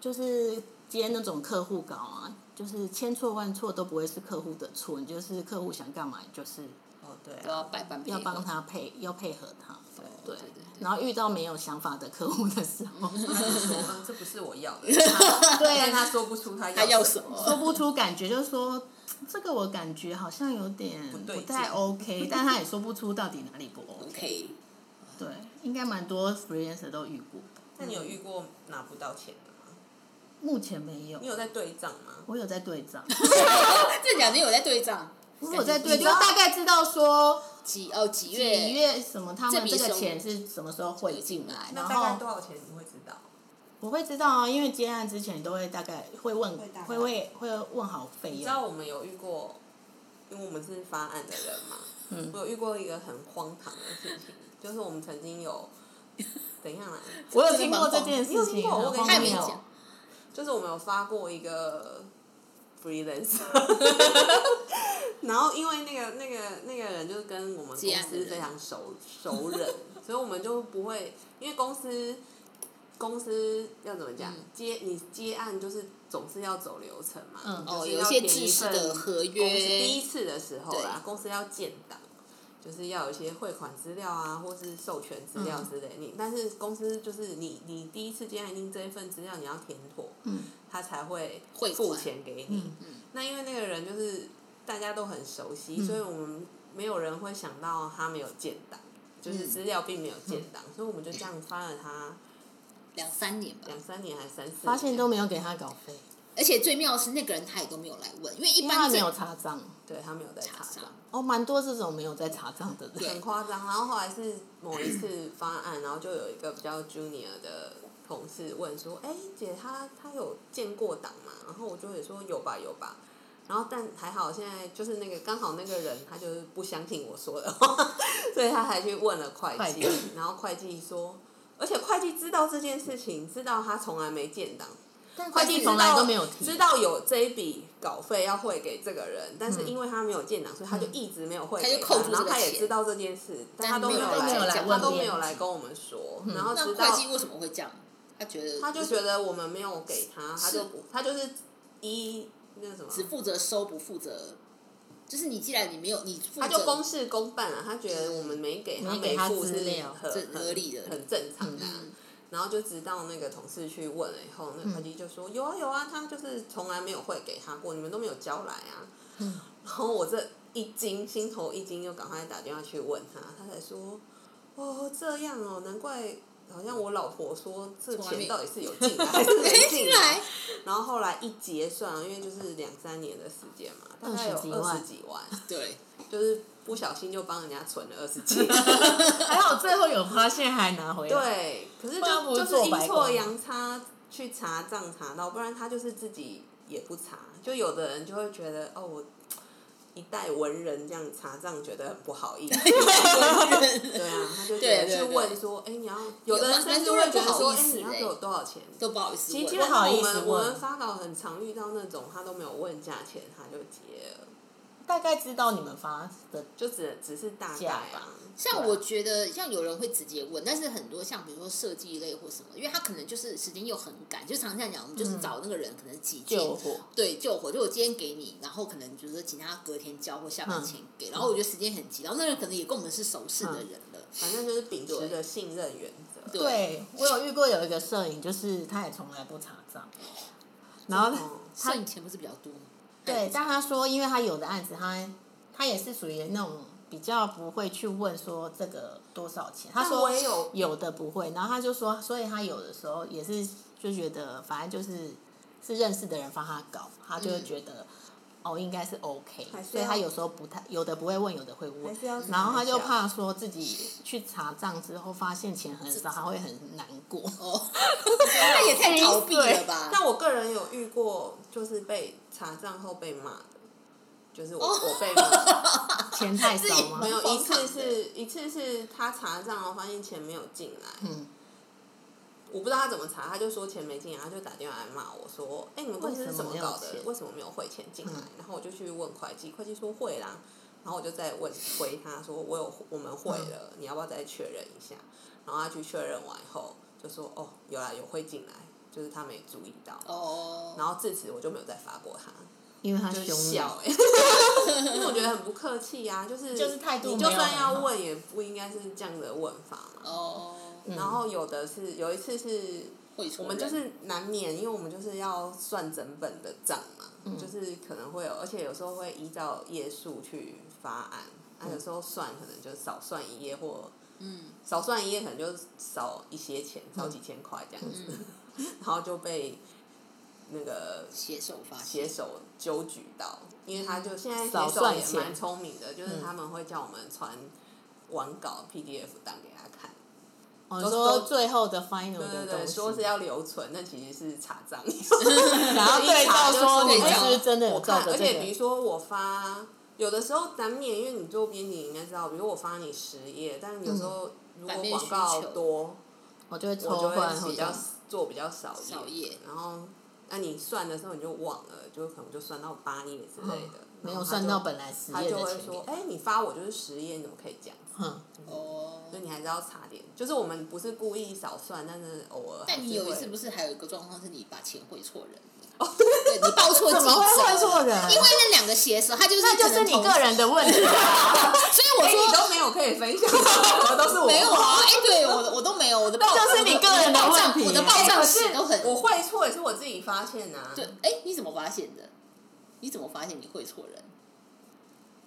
Speaker 3: 就是接那种客户稿啊，就是千错万错都不会是客户的错，你就是客户想干嘛，你就是
Speaker 2: 哦，对
Speaker 1: 都要
Speaker 2: 啊，
Speaker 1: 百般配
Speaker 3: 要帮
Speaker 1: 合
Speaker 3: 他配，要配合他。对
Speaker 1: 对对对，
Speaker 3: 然后遇到没有想法的客户的时 候，
Speaker 2: 说嗯这不是我要的，他但他说不出他
Speaker 1: 啊他要什
Speaker 2: 什
Speaker 1: 么？
Speaker 3: 说不出感觉，就是说这个我感觉好像有点
Speaker 2: 对
Speaker 3: 不
Speaker 2: 劲
Speaker 3: 太 OK，但他也说不出到底哪里 不 OK。
Speaker 1: OK，
Speaker 3: 对，应该蛮多 freelancer 都遇过，
Speaker 2: 那你有遇过拿不到钱的吗？
Speaker 3: 目前没有
Speaker 2: 你。有在对账吗？
Speaker 3: 我有在对 账，
Speaker 1: 这两年有在对账，
Speaker 3: 我有在对，
Speaker 2: 你知
Speaker 3: 就
Speaker 2: 道
Speaker 3: 大概知道说
Speaker 1: 几哦几月
Speaker 3: 几月什么，他们
Speaker 1: 这笔
Speaker 3: 这个
Speaker 1: 收入
Speaker 3: 钱是什么时候汇进来，然
Speaker 2: 那大概
Speaker 3: 后
Speaker 2: 多少钱你会知道？
Speaker 3: 我会知道啊，因为接案之前都会大概会问
Speaker 2: 会大，概
Speaker 3: 会会会问好费
Speaker 2: 你知
Speaker 3: 用。
Speaker 2: 道我们有遇过，因为我们是发案的人 嘛，
Speaker 1: 嗯
Speaker 2: 我有遇过一个很荒唐的事情，就是我们曾 经有怎样啊？
Speaker 3: 我有听过这件
Speaker 2: 你有
Speaker 3: 事
Speaker 2: 听
Speaker 3: 情，
Speaker 2: 过我跟
Speaker 3: 然后
Speaker 1: 太
Speaker 2: 你
Speaker 1: 明
Speaker 3: 没有
Speaker 1: 讲，
Speaker 2: 就是我们有发过一个 freelancer，然后因为那个那个那个人就是跟我们
Speaker 1: 接
Speaker 2: 公
Speaker 1: 案的
Speaker 2: 司
Speaker 1: 人
Speaker 2: 非常熟熟人， 所以我们就不会因为公司公司要怎么讲、
Speaker 1: 嗯
Speaker 2: 接你接案就是总是要走流程嘛，
Speaker 3: 嗯
Speaker 2: 就
Speaker 1: 哦，
Speaker 2: 是
Speaker 1: 有
Speaker 2: 要
Speaker 1: 些
Speaker 2: 填
Speaker 1: 制
Speaker 2: 一
Speaker 1: 式
Speaker 2: 份
Speaker 1: 的合
Speaker 2: 公司第一
Speaker 1: 约，
Speaker 2: 次的时候啦，公司要建档，就是要有一些汇款资料啊，或是授权资料
Speaker 3: 嗯
Speaker 2: 之类。你但是公司就是你，你第一次接案，你这一份资料你要填妥，
Speaker 3: 嗯
Speaker 2: 他才会
Speaker 1: 汇
Speaker 2: 付
Speaker 1: 款
Speaker 2: 钱给你。
Speaker 3: 嗯嗯
Speaker 2: 那因为那个人就是大家都很熟悉，所以我们没有人会想到他没有建档，
Speaker 3: 嗯
Speaker 2: 就是资料并没有建档，所以我们就这样发了他
Speaker 1: 两三年吧。
Speaker 2: 两三年还是三四年，
Speaker 3: 发现都没有给他稿费，
Speaker 1: 而且最妙的是，那个人他也都没有来问，因为一
Speaker 3: 因为他
Speaker 1: 般
Speaker 3: 没
Speaker 1: 这
Speaker 3: 有查账。
Speaker 2: 对他没有在查
Speaker 1: 查
Speaker 2: 账
Speaker 1: 账。
Speaker 3: 哦，蛮多这种没有在查账的人
Speaker 1: 对。
Speaker 2: 很夸张。然后后来是某一次方案，然后就有一个比较 junior 的同事问说：“哎、姐，他他有建过档吗？”然后我就会说：“有吧，有吧。”然后但还好，现在就是那个刚好那个人他就是不相信我说的话， 所以他还去问了会
Speaker 3: 会
Speaker 2: 计
Speaker 3: 计，
Speaker 2: 然后会计说。而且会计知道这件事情，知道他从来没建档，
Speaker 3: 但
Speaker 2: 会
Speaker 3: 会
Speaker 2: 计
Speaker 3: 计
Speaker 2: 知
Speaker 3: 从
Speaker 2: 道
Speaker 3: 来都没有提，
Speaker 2: 知道有这一笔稿费要汇给这个人，但是因为他没有建档，所以他就一直没有汇给
Speaker 1: 他就扣住这个
Speaker 2: 然后他也
Speaker 1: 钱
Speaker 2: 知道这件事，但他都
Speaker 1: 没
Speaker 2: 没
Speaker 1: 有
Speaker 2: 有
Speaker 1: 来
Speaker 2: 来
Speaker 1: 讲
Speaker 2: 他
Speaker 1: 问
Speaker 2: 都
Speaker 3: 别
Speaker 2: 没
Speaker 3: 人
Speaker 2: 有来跟我们说，然后
Speaker 1: 那
Speaker 2: 直到
Speaker 1: 会计为什么会这样？他觉得
Speaker 2: 他就觉得我们没有给他，他就不他就是一那个什么，
Speaker 1: 只负责收不负责，就是你既然你没有你负责，
Speaker 2: 他 就公事公办了，他觉得我们没给他
Speaker 3: 没给他
Speaker 2: 付
Speaker 3: 资
Speaker 2: 是
Speaker 3: 料
Speaker 2: 很
Speaker 1: 这合理的
Speaker 2: 很很正常的啊。
Speaker 1: 嗯
Speaker 2: 然后就直到那个同事去问了以后，那个会计就说、有啊有啊，他就是从来没有汇给他过，你们都没有交来啊。然后我这一惊，心头一惊，又赶快打电话去问他，他才说哦这样哦，难怪好像我老婆说这
Speaker 1: 从来没
Speaker 2: 钱
Speaker 1: 有
Speaker 2: 到底是有进来还是没进
Speaker 1: 进来
Speaker 2: 来。然后后来一结算，因为就是两三年的时间嘛，大概有
Speaker 3: 二十几万
Speaker 2: 二十几万，
Speaker 1: 对，
Speaker 2: 就是不小心就帮人家存了二十几万。
Speaker 3: 还好最后有发现还拿回来。
Speaker 2: 对，可是
Speaker 3: 不然
Speaker 2: 就
Speaker 3: 不
Speaker 2: 就是是
Speaker 3: 做
Speaker 2: 阴
Speaker 3: 白
Speaker 2: 错
Speaker 3: 工
Speaker 2: 阳差去查账查到，不然他就是自己也不查。就有的人就会觉得哦，我一代文人这样查账觉得很不好意思。对啊，他就觉
Speaker 1: 对
Speaker 2: 得
Speaker 1: 对
Speaker 2: 去
Speaker 1: 对
Speaker 2: 问说，哎、你要有的人
Speaker 1: 蛮
Speaker 2: 甚至
Speaker 1: 多
Speaker 2: 会
Speaker 1: 人
Speaker 2: 觉得
Speaker 1: 不好
Speaker 2: 说，
Speaker 1: 意
Speaker 2: 哎、
Speaker 1: 思
Speaker 2: 你要
Speaker 1: 欸
Speaker 2: 给我多少钱？
Speaker 1: 都不好意思
Speaker 2: 其实基
Speaker 1: 问。
Speaker 2: 本
Speaker 3: 不好
Speaker 2: 上
Speaker 3: 意
Speaker 2: 我
Speaker 3: 思
Speaker 2: 们我们
Speaker 3: 问
Speaker 2: 发稿很常遇到那种他都没有问价钱，他就结了，
Speaker 3: 大概知道你们发的，
Speaker 2: 就只只是大概
Speaker 3: 价
Speaker 2: 啊
Speaker 3: 吧。
Speaker 1: 像我觉得，像有人会直接问，但是很多像比如说设计类或什么，因为他可能就是时间又很赶，就常常这样讲，我们就是找那个人可能几件
Speaker 3: 救火
Speaker 1: 对救火，就我今天给你，然后可能就是请他隔天交或下班前给，然后我觉得时间很急，然后那人可能也跟我们是熟识的人了，
Speaker 2: 反正就是秉持着信任原则。
Speaker 1: 对
Speaker 3: 对我有遇过有一个摄影，就是他也从来不查账，然后
Speaker 2: 哦
Speaker 3: 他
Speaker 1: 摄影钱不是比较多吗？
Speaker 3: 对，但他说，因为他有的案子他他也是属于那种比较不会去问说这个多少钱，他
Speaker 2: 但
Speaker 3: 说
Speaker 2: 我也有
Speaker 3: 有的不会，然后他就说，所以他有的时候也是就觉得反正就是是认识的人帮他搞，他就会觉得。哦，应该是 OK，
Speaker 2: 嗯还是
Speaker 3: 所以他
Speaker 2: 要
Speaker 3: 有时候不太，有的不会问，有的会问
Speaker 2: 还是要，
Speaker 3: 然后他就
Speaker 2: 查一下
Speaker 3: 怕说自己去查账之后发现钱很少，他会很难 过。
Speaker 1: 哦， 那也太逃避了吧？
Speaker 2: 但我个人有遇过，就是被查账后被骂的，就是我、我被骂，
Speaker 3: 钱太
Speaker 1: 自
Speaker 3: 少
Speaker 1: 己
Speaker 3: 吗
Speaker 2: 没？有一
Speaker 1: 荒
Speaker 2: 次
Speaker 1: 唐的
Speaker 2: 是一次是他查账，然后发现钱没有进来，
Speaker 3: 嗯，
Speaker 2: 我不知道他怎么查，他就说钱没进来，他就打电话来骂我说：“哎、你们公司是怎么搞的？为
Speaker 3: 为
Speaker 2: 什么没有汇钱进来？”
Speaker 3: 嗯
Speaker 2: 然后我就去问会计，会计说会啦，然后我就再问回他说：“我有我们汇了，你要不要再确认一下？”然后他去确认完以后就说：“哦，有啦，有汇进来。”就是他没注意到。
Speaker 1: 哦，
Speaker 2: 然后自此我就没有再发过他，
Speaker 3: 因为他
Speaker 2: 就是
Speaker 3: 凶
Speaker 2: 笑
Speaker 3: 了，
Speaker 2: 哎、 因为我觉得很不客气呀、就是
Speaker 3: 就是态度
Speaker 2: 你就
Speaker 3: 没有
Speaker 2: 算
Speaker 3: 很
Speaker 2: 要
Speaker 3: 好
Speaker 2: 问，也不应该是这样的问法嘛。
Speaker 1: 哦，
Speaker 3: 嗯
Speaker 2: 然后有的是有一次是
Speaker 1: 会错
Speaker 2: 我们就是难免，因为我们就是要算整本的账嘛，
Speaker 3: 嗯
Speaker 2: 就是可能会有，而且有时候会依照页数去发案，啊，有时候算可能就少算一页或
Speaker 1: 嗯
Speaker 2: 少算一页，可能就少一些钱，少几千块这样子，
Speaker 1: 嗯，
Speaker 2: 然后就被那个
Speaker 1: 携手发
Speaker 2: 写
Speaker 1: 现，
Speaker 2: 手纠举到，因为他就现在
Speaker 3: 少
Speaker 2: 写手
Speaker 3: 算
Speaker 2: 也
Speaker 3: 钱嗯
Speaker 2: 蛮聪明的，就是他们会叫我们传完稿 PDF 档给他看。
Speaker 3: 我
Speaker 2: 都
Speaker 3: 哦说
Speaker 2: 都
Speaker 3: 最后的 final
Speaker 2: 对
Speaker 3: 的
Speaker 2: 对对，
Speaker 3: 东西，
Speaker 2: 说是要留存，那其实是查 账。
Speaker 3: 然后对照说你是不是真的有
Speaker 2: 哎我
Speaker 3: 照
Speaker 2: 看，
Speaker 3: 着
Speaker 2: 而
Speaker 3: 这
Speaker 2: 且比如
Speaker 3: 个？
Speaker 2: 说我发，有的时候难免，因为你做编辑你应该知道，比如我发你十页，但有时
Speaker 3: 嗯
Speaker 2: 候如果
Speaker 1: 版面
Speaker 2: 广
Speaker 1: 需
Speaker 2: 告
Speaker 1: 求
Speaker 2: 多，
Speaker 3: 我就会
Speaker 2: 我
Speaker 3: 抽
Speaker 2: 就
Speaker 3: 换
Speaker 2: 会
Speaker 3: 或
Speaker 2: 比较
Speaker 3: 者
Speaker 2: 做比较少页，
Speaker 1: 少页
Speaker 2: 然后那你算的时候你就忘了，就可能就算到八页之类
Speaker 1: 嗯
Speaker 2: 的，
Speaker 3: 没
Speaker 2: 然后
Speaker 3: 有
Speaker 2: 他
Speaker 3: 算
Speaker 2: 就
Speaker 3: 到本来十
Speaker 2: 他
Speaker 3: 页
Speaker 2: 就
Speaker 3: 的
Speaker 2: 会
Speaker 3: 钱
Speaker 2: 说
Speaker 3: 给，
Speaker 2: 哎，你发我就是十页，你怎么可以这样子？
Speaker 3: 哼，
Speaker 1: 哦
Speaker 2: 所以你还是要查点，就是我们不是故意少算，但是偶尔还
Speaker 1: 但你
Speaker 2: 是
Speaker 1: 有一
Speaker 2: 会
Speaker 1: 次不是还有一个状况是你把钱汇错人了？哦，对，你报错记
Speaker 3: 怎么会
Speaker 1: 者
Speaker 3: 会错人？
Speaker 1: 因为那两个写手，他就是
Speaker 3: 那就
Speaker 1: 可
Speaker 3: 是
Speaker 1: 能
Speaker 3: 你
Speaker 1: 同
Speaker 3: 个，人的问题 啊，
Speaker 1: 所以我
Speaker 2: 哎你
Speaker 1: 说
Speaker 2: 都没有可以分享，我都是我
Speaker 1: 没有啊，哎，对我的我都没有，我的报
Speaker 3: 就是你个人的
Speaker 1: 我报
Speaker 3: 问题
Speaker 1: 我的
Speaker 3: 哎
Speaker 1: 报
Speaker 2: 哎
Speaker 1: 账
Speaker 2: 可
Speaker 1: 史都很
Speaker 2: 我会错也是我自己发现呐、啊。
Speaker 1: 对，哎，你怎么发现的？你怎么发现你会错人？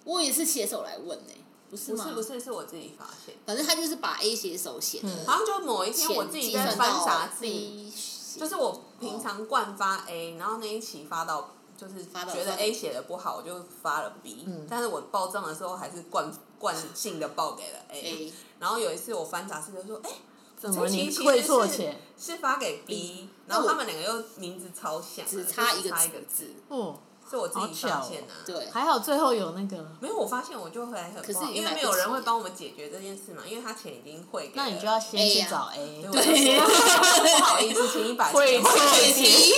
Speaker 1: 我也是写手来问呢，不是
Speaker 2: 不
Speaker 1: 吗？
Speaker 2: 是不是，是我自己发现。
Speaker 1: 反正他就是把 A 写手写的
Speaker 2: 好像就某一天我
Speaker 1: 钱
Speaker 2: 自己
Speaker 1: 计
Speaker 2: 在
Speaker 1: 算
Speaker 2: 翻杂
Speaker 1: 到哦
Speaker 2: 志，
Speaker 1: B，写
Speaker 2: 就是我平
Speaker 1: 哦
Speaker 2: 常惯发 A，然后那一期发到就是
Speaker 1: 发到
Speaker 2: 觉得 A 写的不好，我就发了 B，、但是
Speaker 3: 嗯
Speaker 2: 我报账的时候还是惯惯性的报给了 A。
Speaker 1: A，
Speaker 2: 然后有一次我翻杂志就说，哎、
Speaker 3: 怎么
Speaker 2: 这
Speaker 3: 你
Speaker 2: 期其实
Speaker 3: 会错
Speaker 2: 是
Speaker 3: 钱？
Speaker 2: 是发给 B，
Speaker 1: 嗯那
Speaker 2: 然后
Speaker 1: 我
Speaker 2: 他们两个又名字超像的，
Speaker 1: 只差
Speaker 2: 就
Speaker 1: 一
Speaker 2: 是
Speaker 1: 个
Speaker 2: 差一个
Speaker 1: 字
Speaker 2: 字，
Speaker 3: 哦，
Speaker 2: 是我自
Speaker 3: 好
Speaker 2: 己
Speaker 3: 巧
Speaker 2: 发
Speaker 3: 哦
Speaker 2: 现的、啊。
Speaker 1: 对，
Speaker 3: 还好最后有那个，
Speaker 2: 没有，我发现我就会很
Speaker 1: 可是
Speaker 2: 不好
Speaker 1: 你
Speaker 2: 因为
Speaker 1: 买
Speaker 2: 没
Speaker 1: 不
Speaker 2: 有人
Speaker 1: 起
Speaker 2: 会帮我们解决这件事嘛，因为他钱已经汇给了，
Speaker 3: 那你就要先去
Speaker 1: A 啊
Speaker 3: 找 A，
Speaker 2: 哎对我就说 不好意思，请你把
Speaker 3: 会
Speaker 2: 钱汇
Speaker 3: 错
Speaker 1: 水
Speaker 3: 钱
Speaker 1: 题，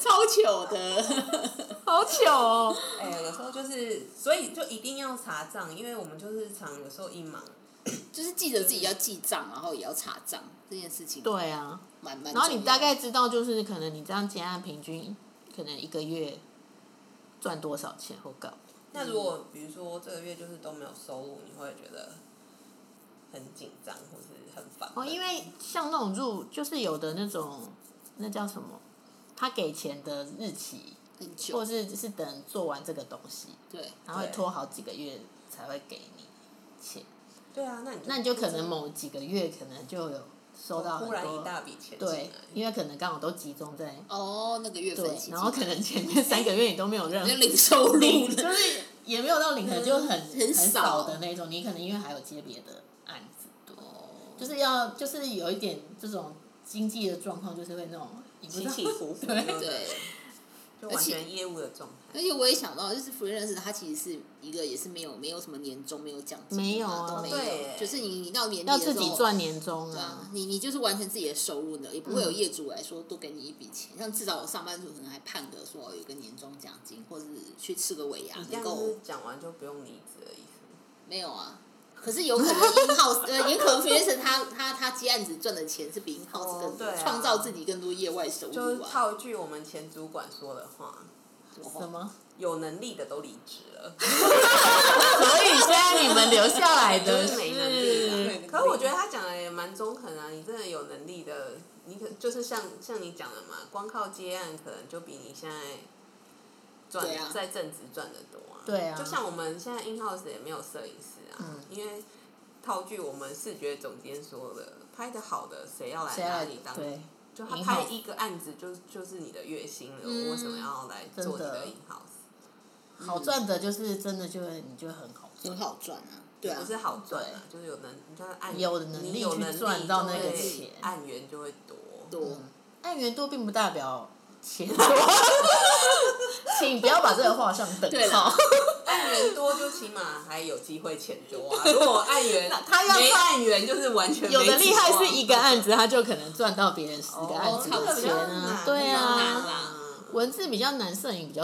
Speaker 1: 超糗的。
Speaker 3: 好糗哦。
Speaker 2: 哎、有时候就是，所以就一定要查账，因为我们就是常有时候一忙，
Speaker 1: 就是记者自己要记账，然后也要查账这件事情，
Speaker 3: 对啊，
Speaker 1: 蛮蛮重要的。
Speaker 3: 然后你大概知道，就是可能你这样结案平均可能一个月赚多少钱或搞。
Speaker 2: 那如
Speaker 3: 嗯
Speaker 2: 果比如说这个月就是都没有收入，你会觉得很紧张或是很烦
Speaker 3: 哦，因为像那种入，就是有的那种那叫什么，他给钱的日期，
Speaker 1: 很
Speaker 3: 或
Speaker 1: 久，
Speaker 3: 是是等做完这个东西，
Speaker 1: 对，
Speaker 3: 然后会
Speaker 2: 对
Speaker 3: 拖好几个月才会给你钱，
Speaker 2: 对啊，那你
Speaker 3: 那你就可能某几个月可能就有收到很
Speaker 2: 哦忽然一
Speaker 3: 多。
Speaker 2: 大笔钱进
Speaker 3: 对，
Speaker 2: 来，
Speaker 3: 因为可能刚好都集中在
Speaker 1: 哦，那个月份
Speaker 3: 对
Speaker 1: 起计，
Speaker 3: 然后可能前面三个月你都没有 任何
Speaker 1: 就零收入
Speaker 3: 就
Speaker 1: 了，
Speaker 3: 是也没有到领的，就很很
Speaker 1: 少
Speaker 3: 少的那种。你可能因为还有接别的案子，对，
Speaker 1: 哦
Speaker 3: 就是要就是有一点这种经济的状况，就是会那种你不知
Speaker 2: 起
Speaker 3: 道
Speaker 2: 起伏伏，
Speaker 3: 对
Speaker 2: 不
Speaker 1: 对。
Speaker 2: 就完
Speaker 1: 而且
Speaker 2: 全业务的状态。
Speaker 1: 而且我也想到，就是 freelance 它其实是一个也是没有没有什么年终，没有奖金，
Speaker 3: 没有啊
Speaker 1: 都没
Speaker 2: 对
Speaker 1: 有，就是你到年底
Speaker 3: 要
Speaker 1: 的时候
Speaker 3: 自己赚年终
Speaker 1: 对
Speaker 3: 啊
Speaker 1: 啊，。你你就是完全自己的收入呢，也不会有
Speaker 2: 嗯
Speaker 1: 业主来说多给你一笔钱，像至少我上班族可能还盼个说有一个年终奖金，或者是去吃个尾牙
Speaker 2: 你这
Speaker 1: 能
Speaker 2: 样
Speaker 1: 够
Speaker 2: 就是讲完就不用离职的意思。
Speaker 1: 没有啊，可是有可能 in house 呃，也可能 f r e e l a n 他他他接案子赚的钱是比 in house
Speaker 2: 哦
Speaker 1: 更多，
Speaker 2: 对啊
Speaker 1: 创造自己更多业外收
Speaker 2: 就是
Speaker 1: 入啊。
Speaker 2: 套一句我们前主管说的话，
Speaker 1: 什么
Speaker 3: 什
Speaker 1: 话？
Speaker 3: 么？
Speaker 2: 有能力的都离职了，
Speaker 3: 所以现在你们留下来的
Speaker 2: 就是没能力
Speaker 3: 是
Speaker 2: 的。可是我觉得他讲的也蛮中肯啊，你真的有能力的，你可就是像像你讲的嘛，光靠接案可能就比你现在赚、
Speaker 1: 对啊
Speaker 2: 在正职赚的多啊。
Speaker 3: 对啊嗯
Speaker 2: 就像我们现在 in house 也没有摄影师啊，因为套句我们视觉总监说的，拍的好的谁要来
Speaker 3: 谁要
Speaker 2: 拿
Speaker 3: 来
Speaker 2: 你当
Speaker 3: 对，
Speaker 2: 就他
Speaker 3: in-house
Speaker 2: 拍一个案子就就是你的月薪了，我为什么要来做你
Speaker 3: 嗯真的
Speaker 2: 的 in house？
Speaker 3: 好赚的就是真的就会你就很好赚
Speaker 1: 很。好赚啊，对啊
Speaker 2: 不，是好赚啊，就是有能，你就是按
Speaker 3: 有能力
Speaker 2: 你有
Speaker 3: 去
Speaker 2: 能力
Speaker 3: 赚到那
Speaker 2: 就
Speaker 3: 个
Speaker 2: 会
Speaker 3: 钱
Speaker 2: 按源就会多。嗯
Speaker 1: 多
Speaker 3: 按元多并不代表钱 多，请不要把这个画上等
Speaker 1: 对
Speaker 3: 号
Speaker 1: 啦。
Speaker 2: 按源多就起码还有机会钱多啊， 如果按源
Speaker 3: 他要
Speaker 2: 没
Speaker 3: 赚
Speaker 2: 按源就是完全
Speaker 3: 有的
Speaker 2: 没
Speaker 3: 厉
Speaker 2: 指
Speaker 3: 害
Speaker 2: 望
Speaker 3: 是一个案子，他就可能赚到别人十个案子
Speaker 1: 哦
Speaker 3: 的钱啊，对
Speaker 1: 比较难
Speaker 3: 啊，
Speaker 1: 啦
Speaker 3: 文字比较难，摄影比较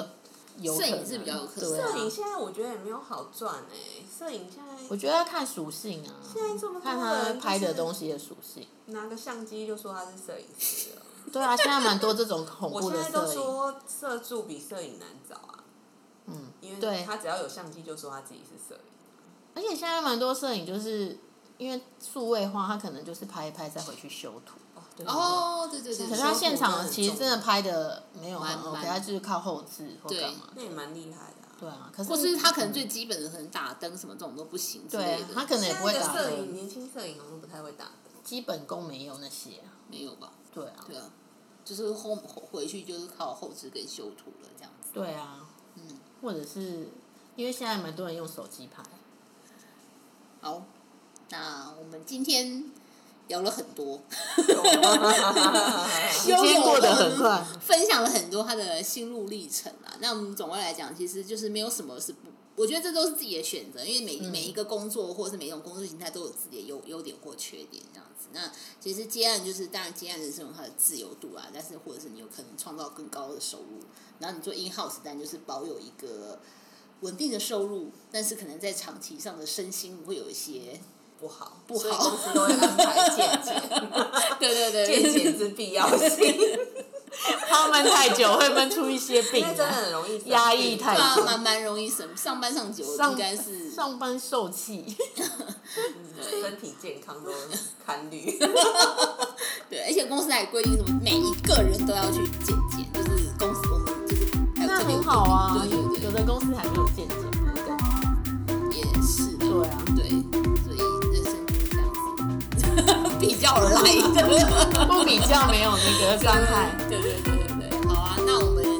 Speaker 3: 有可能，
Speaker 1: 摄影是比较有可能
Speaker 3: 对啊
Speaker 2: 摄影现在我觉得也没有好赚哎，摄影现在
Speaker 3: 我觉得要看属性啊，
Speaker 2: 现在这么多
Speaker 3: 看
Speaker 2: 人
Speaker 3: 他拍的
Speaker 2: 就是
Speaker 3: 东西的属性。
Speaker 2: 拿个相机就说他是摄影师了，
Speaker 3: 对啊，现在蛮多这种恐
Speaker 2: 我
Speaker 3: 怖
Speaker 2: 现
Speaker 3: 的
Speaker 2: 在都
Speaker 3: 摄影。
Speaker 2: 说摄助比摄影难找啊，
Speaker 3: 嗯，
Speaker 2: 因
Speaker 3: 对
Speaker 2: 为他只要有相机就说他自己是摄影。
Speaker 3: 而且现在蛮多摄影就是因为数位化，他可能就是拍一拍再回去修图。
Speaker 2: 哦，对
Speaker 1: 哦，对对对，
Speaker 3: 可是他
Speaker 2: 修图真
Speaker 3: 现
Speaker 2: 的
Speaker 3: 场
Speaker 2: 很
Speaker 3: 其实
Speaker 2: 重
Speaker 3: 真的拍的没有很
Speaker 1: 蛮
Speaker 3: OK，
Speaker 1: 蛮
Speaker 3: 他就是靠后置或干嘛。
Speaker 2: 那也蛮厉害的、啊。
Speaker 3: 对啊，可是
Speaker 1: 或是他可能最基本的可能打灯什么这种都不行之类
Speaker 3: 对
Speaker 1: 的，
Speaker 3: 他可能也不会
Speaker 2: 现在
Speaker 3: 打嗯
Speaker 2: 的摄影，
Speaker 3: 灯，
Speaker 2: 年轻摄影好像不太会 打灯。
Speaker 3: 基本功没有那些啊。
Speaker 1: 没有吧？
Speaker 3: 对啊，
Speaker 1: 对啊，就是后回去就是靠后置跟修图了这样子。
Speaker 3: 对啊，
Speaker 1: 嗯，
Speaker 3: 或者是因为现在蛮多人用手机拍，
Speaker 1: 好，那我们今天聊了很多，
Speaker 3: 时间过得很快。
Speaker 1: 分享了很多他的心路历程啊。那我们总归来讲，其实就是没有什么是不，我觉得这都是自己的选择，因为每、每一个工作或者是每一种工作形态都有自己的优优点或缺点这样子。那其实接案就是，当然接案人是有它的自由度啊，但是或者是你有可能创造更高的收入。然后你做 in house，但就是保有一个稳定的收入，但是可能在长期上的身心会有一些，
Speaker 2: 不好，
Speaker 1: 不好
Speaker 2: 所以公司都会安排见解，
Speaker 1: 对对对
Speaker 2: 见解之必要 性，
Speaker 3: 他闷太久会闷出一些病
Speaker 2: 因
Speaker 3: 啊
Speaker 2: 为真的
Speaker 3: 来，
Speaker 2: 很容易生病
Speaker 3: 压抑太
Speaker 1: 对 啊，
Speaker 3: 久，
Speaker 1: 蛮蛮容易上上班上久了，
Speaker 3: 上
Speaker 1: 应该是
Speaker 3: 上班受气。
Speaker 2: 身体健康都堪虑。
Speaker 1: 对，而且公司还规定什么，每一个人都要去健检，就是公司我们就是还有
Speaker 3: 那
Speaker 1: 这边
Speaker 3: 很好啊，
Speaker 1: 对对对
Speaker 3: 有的公司还没有见解，不是更好
Speaker 1: 也是的，
Speaker 3: 对啊，
Speaker 1: 对，所以人生就是这样子， 比较来的，
Speaker 3: 啊不比较没有那个伤害。
Speaker 1: 对对对对对，好啊，那我们